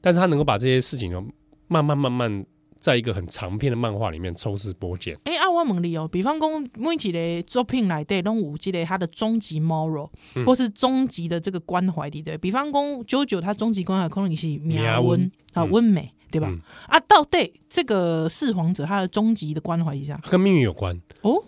Speaker 2: 但是他能够把这些事情哦，慢慢慢慢在一个很长篇的漫画里面抽丝剥茧。
Speaker 3: 哎，啊，我问你哦，比方讲每一个作品内底拢有即个他的终极 moral，或
Speaker 2: 嗯
Speaker 3: 是终极的这个关怀里对，比方讲九九他终极关怀可能是命
Speaker 2: 命
Speaker 3: 温
Speaker 2: 运
Speaker 3: 啊
Speaker 2: 嗯
Speaker 3: 温美，对吧
Speaker 2: 嗯？
Speaker 3: 啊，到底这个四皇者他的终极的关怀一下，
Speaker 2: 跟命运有关，
Speaker 3: 哦，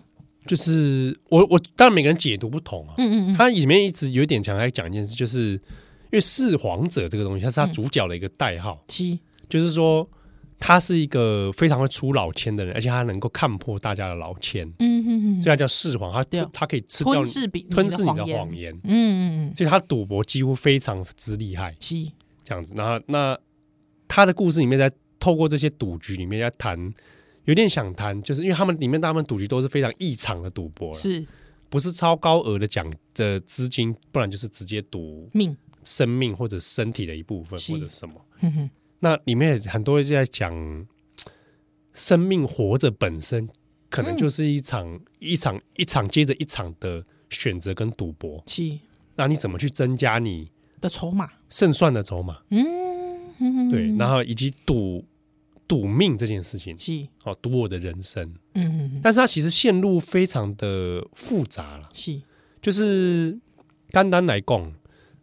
Speaker 2: 就是我我当然每个人解读不同啊，
Speaker 3: 嗯嗯嗯，
Speaker 2: 它里面一直有一点想要讲一件事，就是因为四皇者这个东西，它是他主角的一个代号，
Speaker 3: 七，
Speaker 2: 就是说他是一个非常会出老千的人，而且他能够看破大家的老千，
Speaker 3: 嗯嗯嗯
Speaker 2: 所以他叫四皇，他
Speaker 3: 对哦
Speaker 2: 他可以吃掉
Speaker 3: 吞
Speaker 2: 你
Speaker 3: 噬比
Speaker 2: 吞噬你的
Speaker 3: 言，
Speaker 2: 谎言，
Speaker 3: 嗯嗯嗯，
Speaker 2: 所以他赌博几乎非常之厉害
Speaker 3: 是，
Speaker 2: 这样子。然后那他的故事里面在透过这些赌局里面在谈。有点想谈，就是因为他们里面大部分赌局都是非常异常的赌博了，
Speaker 3: 是
Speaker 2: 不是超高额的奖的资金，不然就是直接赌
Speaker 3: 命，
Speaker 2: 生命或者身体的一部分
Speaker 3: 是
Speaker 2: 或者什么。
Speaker 3: 哼哼，
Speaker 2: 那里面很多人在讲，嘖生命活着本身可
Speaker 3: 嗯
Speaker 2: 能就是一场、一场一场接着一场的选择跟赌博。
Speaker 3: 是
Speaker 2: 那你怎么去增加你
Speaker 3: 的筹码，
Speaker 2: 胜算的筹码？
Speaker 3: 嗯，嗯嗯
Speaker 2: 对，
Speaker 3: 嗯
Speaker 2: 然后以及赌赌命这件事情，
Speaker 3: 是，
Speaker 2: 哦，赌我的人生。
Speaker 3: 嗯嗯嗯，
Speaker 2: 但是它其实线路非常的复杂了，
Speaker 3: 是，
Speaker 2: 就是单单来讲，《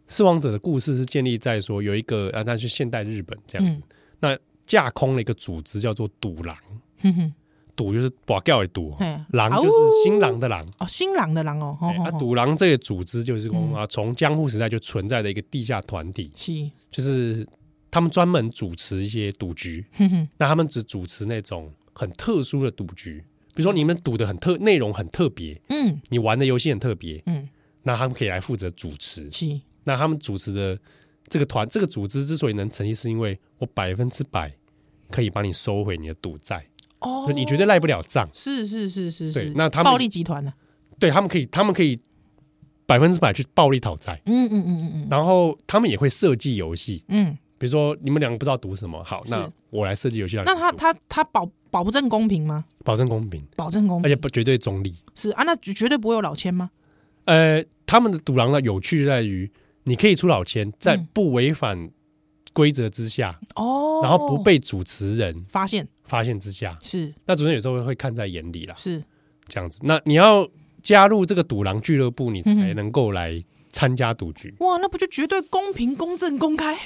Speaker 2: 四王者》的故事是建立在说有一个啊，那是现代日本这
Speaker 3: 嗯
Speaker 2: 样子，那架空了一个组织叫做赌狼，
Speaker 3: 哼哼，
Speaker 2: 赌就是把掉的赌哦，
Speaker 3: 哎，
Speaker 2: 狼
Speaker 3: 啊
Speaker 2: 就是
Speaker 3: 呜
Speaker 2: 新郎的狼。
Speaker 3: 哦，新郎的郎哦，吼
Speaker 2: 哎
Speaker 3: 吼
Speaker 2: 啊，
Speaker 3: 吼
Speaker 2: 赌狼这个组织就是说
Speaker 3: 嗯
Speaker 2: 啊，从江户时代就存在的一个地下团体，
Speaker 3: 是，
Speaker 2: 就是他们专门主持一些赌局，
Speaker 3: 哼哼，
Speaker 2: 那他们只主持那种很特殊的赌局，比如说你们赌的很特，内容很特别，
Speaker 3: 嗯
Speaker 2: 你玩的游戏很特别，
Speaker 3: 嗯，
Speaker 2: 那他们可以来负责主持。
Speaker 3: 是，
Speaker 2: 那他们主持的这个团，这个组织之所以能成立，是因为我百分之百可以帮你收回你的赌债，
Speaker 3: 哦
Speaker 2: 就，你绝对赖不了账。
Speaker 3: 是是是是
Speaker 2: 对
Speaker 3: 是，
Speaker 2: 那他们
Speaker 3: 暴力集团啊呢？
Speaker 2: 对他们可以，他们可以百分之百去暴力讨债，
Speaker 3: 嗯嗯嗯嗯嗯
Speaker 2: 然后他们也会设计游戏，
Speaker 3: 嗯，
Speaker 2: 比如说你们两个不知道赌什么，好，
Speaker 3: 是
Speaker 2: 那我来设计游戏让你
Speaker 3: 那
Speaker 2: 们
Speaker 3: 他
Speaker 2: 赌
Speaker 3: 他他保保证公平吗？
Speaker 2: 保证公平，
Speaker 3: 保证公
Speaker 2: 而
Speaker 3: 平，
Speaker 2: 且不绝对中立。
Speaker 3: 是啊，那绝绝对不会有老千吗？
Speaker 2: 呃，他们的赌狼呢，有趣在于你可以出老千，在
Speaker 3: 嗯
Speaker 2: 不违反规则之下，
Speaker 3: 哦，
Speaker 2: 然后不被主持人
Speaker 3: 发现，
Speaker 2: 发现之下，
Speaker 3: 是
Speaker 2: 那主持人有时候会看在眼里啦。
Speaker 3: 是，
Speaker 2: 这样子。那你要加入这个赌狼俱乐部，你
Speaker 3: 嗯哼
Speaker 2: 才能够来参加赌局。
Speaker 3: 哇，那不就绝对公平、公正、公开？哦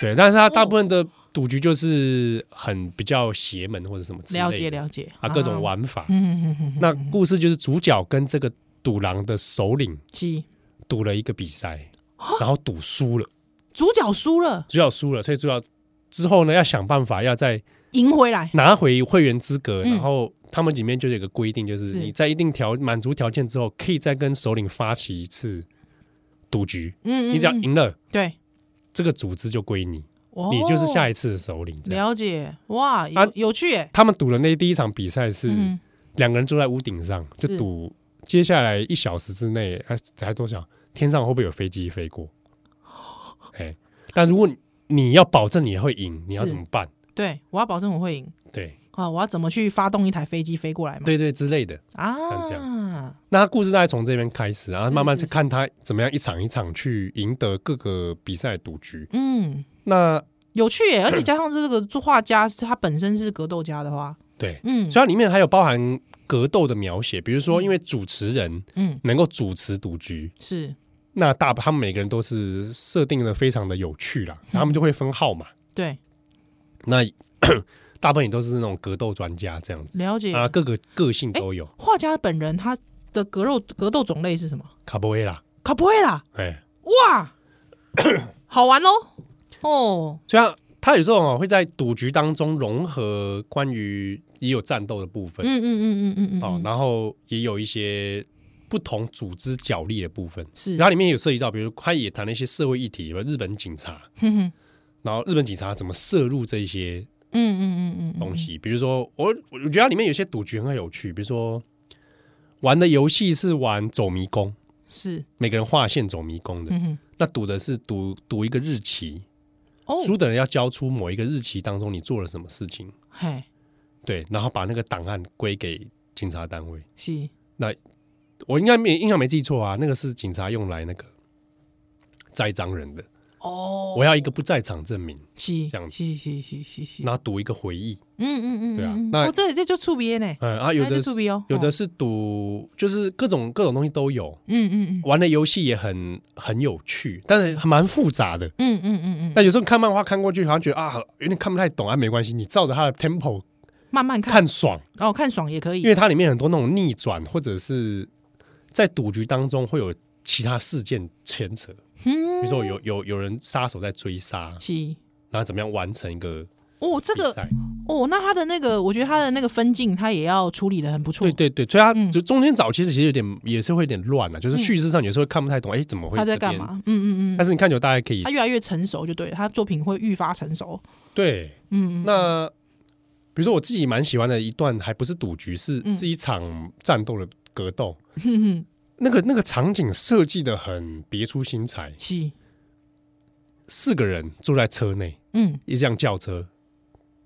Speaker 2: 对，但是他大部分的赌局就是很比较邪门或者什么之类的，
Speaker 3: 了解了解
Speaker 2: 啊，各种，玩法。
Speaker 3: 嗯嗯嗯，
Speaker 2: 那故事就是主角跟这个赌狼的首领
Speaker 3: 鸡
Speaker 2: 赌了一个比赛，
Speaker 3: 哦
Speaker 2: 然后赌输了，
Speaker 3: 主角输了，
Speaker 2: 主角输了，所以主角之后呢要想办法要再
Speaker 3: 赢回来，
Speaker 2: 拿回会员资格，
Speaker 3: 嗯
Speaker 2: 然后他们里面就有一个规定，就是
Speaker 3: 是
Speaker 2: 你在一定条满足条件之后，可以再跟首领发起一次赌局，
Speaker 3: 嗯，嗯
Speaker 2: 你只要
Speaker 3: 嗯
Speaker 2: 赢了，
Speaker 3: 对，
Speaker 2: 这个组织就归你，
Speaker 3: 哦
Speaker 2: 你就是下一次的首领。这样
Speaker 3: 了解哇，
Speaker 2: 啊
Speaker 3: 有有趣耶，
Speaker 2: 他们赌的那第一场比赛是
Speaker 3: 嗯
Speaker 2: 两个人坐在屋顶上，就是赌接下来一小时之内，还还多少天上会不会有飞机飞 过？哎，但如果你你要保证你会赢，你要
Speaker 3: 是
Speaker 2: 怎么办？
Speaker 3: 对，我要保证我会赢
Speaker 2: 对
Speaker 3: 啊，我要怎么去发动一台飞机飞过来嘛？
Speaker 2: 对对之类的。像这
Speaker 3: 啊，
Speaker 2: 那他故事大概从这边开始啊，
Speaker 3: 是
Speaker 2: 慢慢
Speaker 3: 是
Speaker 2: 去看他怎么样一场一场去赢得各个比赛的赌局。
Speaker 3: 嗯，
Speaker 2: 那
Speaker 3: 有趣 耶，而且加上这个作画家是他本身是格斗家的话，
Speaker 2: 对，
Speaker 3: 嗯
Speaker 2: 所以它里面还有包含格斗的描写，比如说因为主持人
Speaker 3: 嗯
Speaker 2: 能够主持赌局，
Speaker 3: 是
Speaker 2: 那大他们每个人都是设定的非常的有趣
Speaker 3: 嗯
Speaker 2: 啦，他们就会分号嘛。
Speaker 3: 对
Speaker 2: 那 大部分也都是那种格斗专家这样子
Speaker 3: 了解
Speaker 2: 啊，各个个性都有。
Speaker 3: 画家本人他的格斗格斗种类是什么？
Speaker 2: 卡波威拉，
Speaker 3: 卡布瑞拉，
Speaker 2: 哎，
Speaker 3: 哇，好玩喽！哦，
Speaker 2: 虽然他有时候哦会在赌局当中融合关于也有战斗的部分、
Speaker 3: 嗯嗯嗯嗯嗯嗯，
Speaker 2: 哦，
Speaker 3: 嗯
Speaker 2: 然后也有一些不同组织角力的部分。
Speaker 3: 是，
Speaker 2: 然后里面有涉及到，比如他也谈了一些社会议题，比如日本警察，
Speaker 3: 哼哼
Speaker 2: 然后日本警察怎么摄入这些
Speaker 3: 嗯嗯嗯嗯嗯，
Speaker 2: 东西，比如说我我觉得它里面有些赌局很有趣，比如说玩的游戏是玩走迷宫，
Speaker 3: 是，
Speaker 2: 每个人画线走迷宫的，
Speaker 3: 嗯哼，
Speaker 2: 那赌的是赌赌一个日期，
Speaker 3: 哦，
Speaker 2: 输的人要交出某一个日期当中你做了什么事情，
Speaker 3: 嘿，
Speaker 2: 对，然后把那个档案归给警察单位。
Speaker 3: 是，
Speaker 2: 我应该没印象没记错啊，那个是警察用来那个栽赃人的，
Speaker 3: 哦，嗯
Speaker 2: 我要一个不在场证明，
Speaker 3: 是
Speaker 2: 这样子
Speaker 3: 是是是是是，
Speaker 2: 然后赌一个回忆，
Speaker 3: 嗯嗯嗯，
Speaker 2: 对啊
Speaker 3: 嗯嗯
Speaker 2: 那
Speaker 3: 哦，这这就触别呢，
Speaker 2: 嗯啊，有
Speaker 3: 那
Speaker 2: 的
Speaker 3: 就触
Speaker 2: 是
Speaker 3: 别哦，
Speaker 2: 有的
Speaker 3: 哦，
Speaker 2: 是赌，就是各种各种东西都有。
Speaker 3: 嗯嗯嗯
Speaker 2: 玩的游戏也很很有趣，但是还蛮复杂的。
Speaker 3: 嗯嗯嗯嗯，
Speaker 2: 但有时候看漫画看过去，好像觉得啊，有点看不太懂啊，没关系，你照着它的 tempo
Speaker 3: 慢慢看，
Speaker 2: 看爽，
Speaker 3: 哦，看爽也可以
Speaker 2: 因，为它里面很多那种逆转，或者是在赌局当中会有其他事件牵扯，比
Speaker 3: 嗯
Speaker 2: 如说有有有人杀手在追杀，
Speaker 3: 是。
Speaker 2: 然后怎么样完成一个
Speaker 3: 哦，这
Speaker 2: 比
Speaker 3: 个
Speaker 2: 赛。
Speaker 3: 哦，那他的那个，我觉得他的那个分镜，他也要处理的很不错。
Speaker 2: 对对对，所以它
Speaker 3: 嗯
Speaker 2: 就中间早期其实有点也是会有点乱的，就是叙事上有时候看不太懂，哎，怎么会
Speaker 3: 他在
Speaker 2: 这边
Speaker 3: 干？嘛？嗯嗯嗯，
Speaker 2: 但是你看久，大家可以
Speaker 3: 他越来越成熟就对了，他作品会愈发成熟。
Speaker 2: 对
Speaker 3: 嗯嗯，
Speaker 2: 那比如说我自己蛮喜欢的一段，还不是赌局，是
Speaker 3: 嗯
Speaker 2: 是一场战斗的格斗。
Speaker 3: 哼哼，
Speaker 2: 那个那个场景设计的很别出心裁，
Speaker 3: 是，
Speaker 2: 四个人坐在车内，
Speaker 3: 嗯
Speaker 2: 一辆轿车，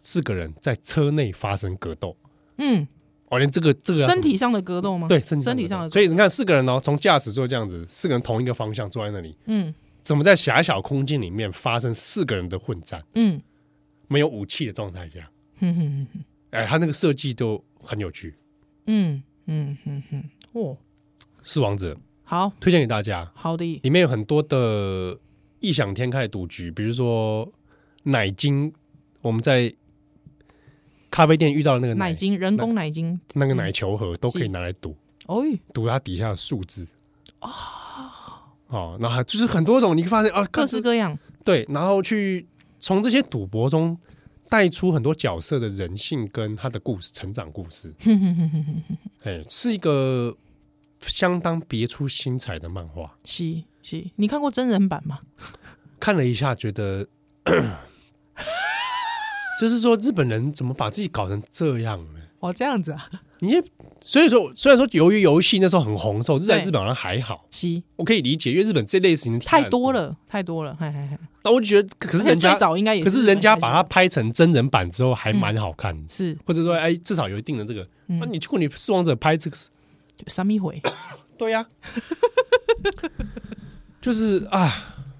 Speaker 2: 四个人在车内发生格斗。
Speaker 3: 嗯，
Speaker 2: 哦，连这个这个要
Speaker 3: 身体上的格斗吗？
Speaker 2: 对身
Speaker 3: 身
Speaker 2: 体
Speaker 3: 体
Speaker 2: 上
Speaker 3: 上
Speaker 2: 的格斗
Speaker 3: 的，
Speaker 2: 所以你看四个人哦，从驾驶座这样子，四个人同一个方向坐在那里，
Speaker 3: 嗯
Speaker 2: 怎么在狭小空间里面发生四个人的混战，
Speaker 3: 嗯
Speaker 2: 没有武器的状态下？
Speaker 3: 哼哼哼
Speaker 2: 哎，他那个设计都很有趣，
Speaker 3: 嗯嗯嗯嗯，哦，
Speaker 2: 《狮王者》
Speaker 3: 好
Speaker 2: 推荐给大家。
Speaker 3: 好的，
Speaker 2: 里面有很多的异想天开的赌局，比如说奶精，我们在咖啡店遇到的那个奶
Speaker 3: 奶精人工奶精，
Speaker 2: 那个奶球盒都可以
Speaker 3: 是
Speaker 2: 拿来赌，
Speaker 3: 哦，
Speaker 2: 赌它底下的数字。哦，哦，然后就是很多种，你会发现啊，
Speaker 3: 各式各样，
Speaker 2: 对，然后去从这些赌博中带出很多角色的人性跟他的故事、成长故 事。
Speaker 3: 哼哼哼哼哼哼，
Speaker 2: 哎，是一个相当别出心裁的漫画。
Speaker 3: 是是，你看过真人版吗？
Speaker 2: 看了一下，觉得 就是说日本人怎么把自己搞成这样呢？
Speaker 3: 哦，这样子啊，
Speaker 2: 你也所以说，虽然说由于游戏那时候很红的时候，在
Speaker 3: 对
Speaker 2: 日本好像还好，
Speaker 3: 是
Speaker 2: 我可以理解，因为日本这类型的题材
Speaker 3: 太多。了，太多了，嘿嘿嘿，
Speaker 2: 那我就觉得，可
Speaker 3: 而
Speaker 2: 是
Speaker 3: 且
Speaker 2: 人
Speaker 3: 最
Speaker 2: 家，
Speaker 3: 早应该也
Speaker 2: 可是人家把它
Speaker 3: 它
Speaker 2: 拍成真人版之后，还
Speaker 3: 嗯
Speaker 2: 蛮好看的，
Speaker 3: 是
Speaker 2: 或者说，哎，至少有一定的这个。
Speaker 3: 嗯
Speaker 2: 那、你去过你《狮王者》拍这个是，
Speaker 3: 三米回，
Speaker 2: 对呀、 就是啊，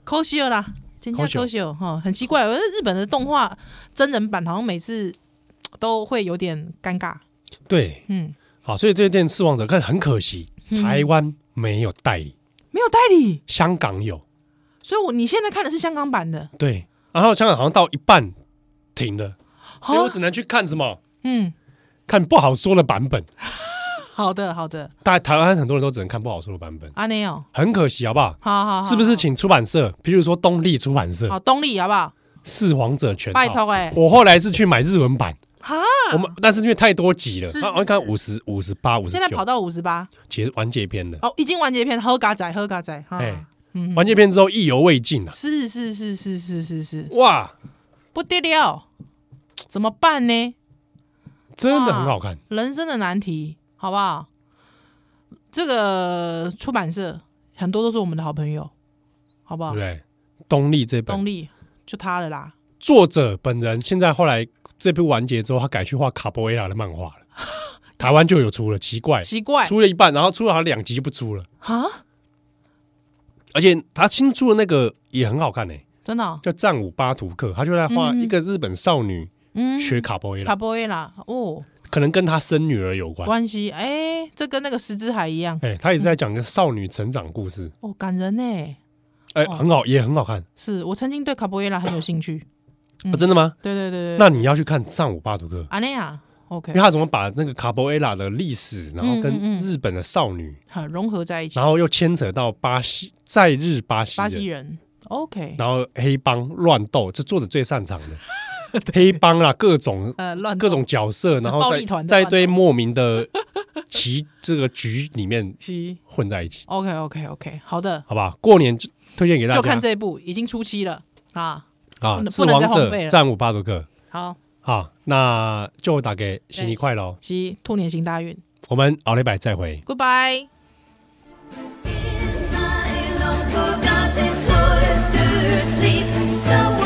Speaker 3: 可惜了啦，真叫可惜了哈，很奇怪，我觉得日本的动画真人版好像每次都会有点尴尬，
Speaker 2: 对，
Speaker 3: 嗯，
Speaker 2: 好，所以这件《狮王者》看很可惜，
Speaker 3: 嗯
Speaker 2: 台湾没有代理，
Speaker 3: 没有代理，
Speaker 2: 香港有。
Speaker 3: 所以我你现在看的是香港版的，
Speaker 2: 对，然后香港好像到一半停了，
Speaker 3: 好
Speaker 2: 所以我只能去看什么？
Speaker 3: 嗯，
Speaker 2: 看不好说的版本。
Speaker 3: 好的好的，
Speaker 2: 大台湾很多人都只能看不好说的版本，
Speaker 3: 阿内哦，
Speaker 2: 很可惜，好不好？
Speaker 3: 好好好，
Speaker 2: 是不是请出版社，比如说东立出版社
Speaker 3: 哦好
Speaker 2: 《
Speaker 3: 东立好不好？
Speaker 2: 四皇者全》，
Speaker 3: 拜托哎、
Speaker 2: 我后来是去买日文版，
Speaker 3: 哈，
Speaker 2: 我们但是因为太多集了，
Speaker 3: 是
Speaker 2: 那
Speaker 3: 是
Speaker 2: 我看
Speaker 3: 是
Speaker 2: 五十五十八五十
Speaker 3: 现在跑
Speaker 2: 九，
Speaker 3: 到五十八
Speaker 2: 结完结篇了。
Speaker 3: 哦，已经完结篇，喝嘎仔喝嘎仔哈，
Speaker 2: 哎
Speaker 3: 嗯
Speaker 2: 完结篇之后意犹未尽啊！
Speaker 3: 是是是是是是是，
Speaker 2: 哇，
Speaker 3: 不得了，怎么办呢？
Speaker 2: 真的很好看，
Speaker 3: 人生的难题，好不好？这个出版社很多都是我们的好朋友，好不
Speaker 2: 对
Speaker 3: 好
Speaker 2: 不？对？东立这本
Speaker 3: 东立就他了啦，
Speaker 2: 作者本人现在后来这部完结之后，他改去画卡波维拉的漫画 了，台湾就有出了，奇怪，
Speaker 3: 奇怪
Speaker 2: 出了一半，然后出了好像两集就不出了，
Speaker 3: 啊，
Speaker 2: 而且他新出的那个也很好看呢、哎
Speaker 3: 真的哦、
Speaker 2: 叫《战舞巴图克》，他就在画一个日本少女
Speaker 3: 嗯，
Speaker 2: 学卡波维
Speaker 3: 卡
Speaker 2: 拉，
Speaker 3: 波维拉哦，
Speaker 2: 可能跟她生女儿有关。
Speaker 3: 关系哎、这跟那个石之海一样
Speaker 2: 哎、他也是在讲一个少女成长故事，
Speaker 3: 哦，感人呢、
Speaker 2: 哎、
Speaker 3: 哦
Speaker 2: 很好，也很好看。
Speaker 3: 是我曾经对卡波维拉很有兴趣，嗯
Speaker 2: 哦真的吗？
Speaker 3: 对对对对，
Speaker 2: 那你要去看《战舞巴图克》，
Speaker 3: 阿内亚 OK，
Speaker 2: 因为他怎么把那个卡波维拉的历史，然后
Speaker 3: 嗯嗯
Speaker 2: 跟
Speaker 3: 嗯
Speaker 2: 日本的少女，
Speaker 3: 好融合在一起
Speaker 2: 然，后又牵扯到巴西在日巴西
Speaker 3: 巴
Speaker 2: 人，
Speaker 3: 西人 OK，
Speaker 2: 然后黑帮乱斗，这作者最擅长的 黑帮啦，各种
Speaker 3: 呃，乱
Speaker 2: 各种角 色，然后
Speaker 3: 暴
Speaker 2: 在
Speaker 3: 力团的
Speaker 2: 在一
Speaker 3: 乱
Speaker 2: 堆莫名的棋这个局里面
Speaker 3: 西
Speaker 2: 混在一起，
Speaker 3: OK OK OK，好的，
Speaker 2: 好吧？过年就推荐给大
Speaker 3: 就看
Speaker 2: 家
Speaker 3: 这一部，已经初期了啊。
Speaker 2: 啊
Speaker 3: 不，能
Speaker 2: 《四
Speaker 3: 不能
Speaker 2: 王
Speaker 3: 再
Speaker 2: 者
Speaker 3: 荒废了
Speaker 2: 战五巴图克
Speaker 3: 好，》
Speaker 2: 啊，那就打给新年快乐哦，
Speaker 3: 希兔年行大运
Speaker 2: 我们奥利百再回。
Speaker 3: ，Goodbye。
Speaker 4: In my long forgotten cloistered sleep, someone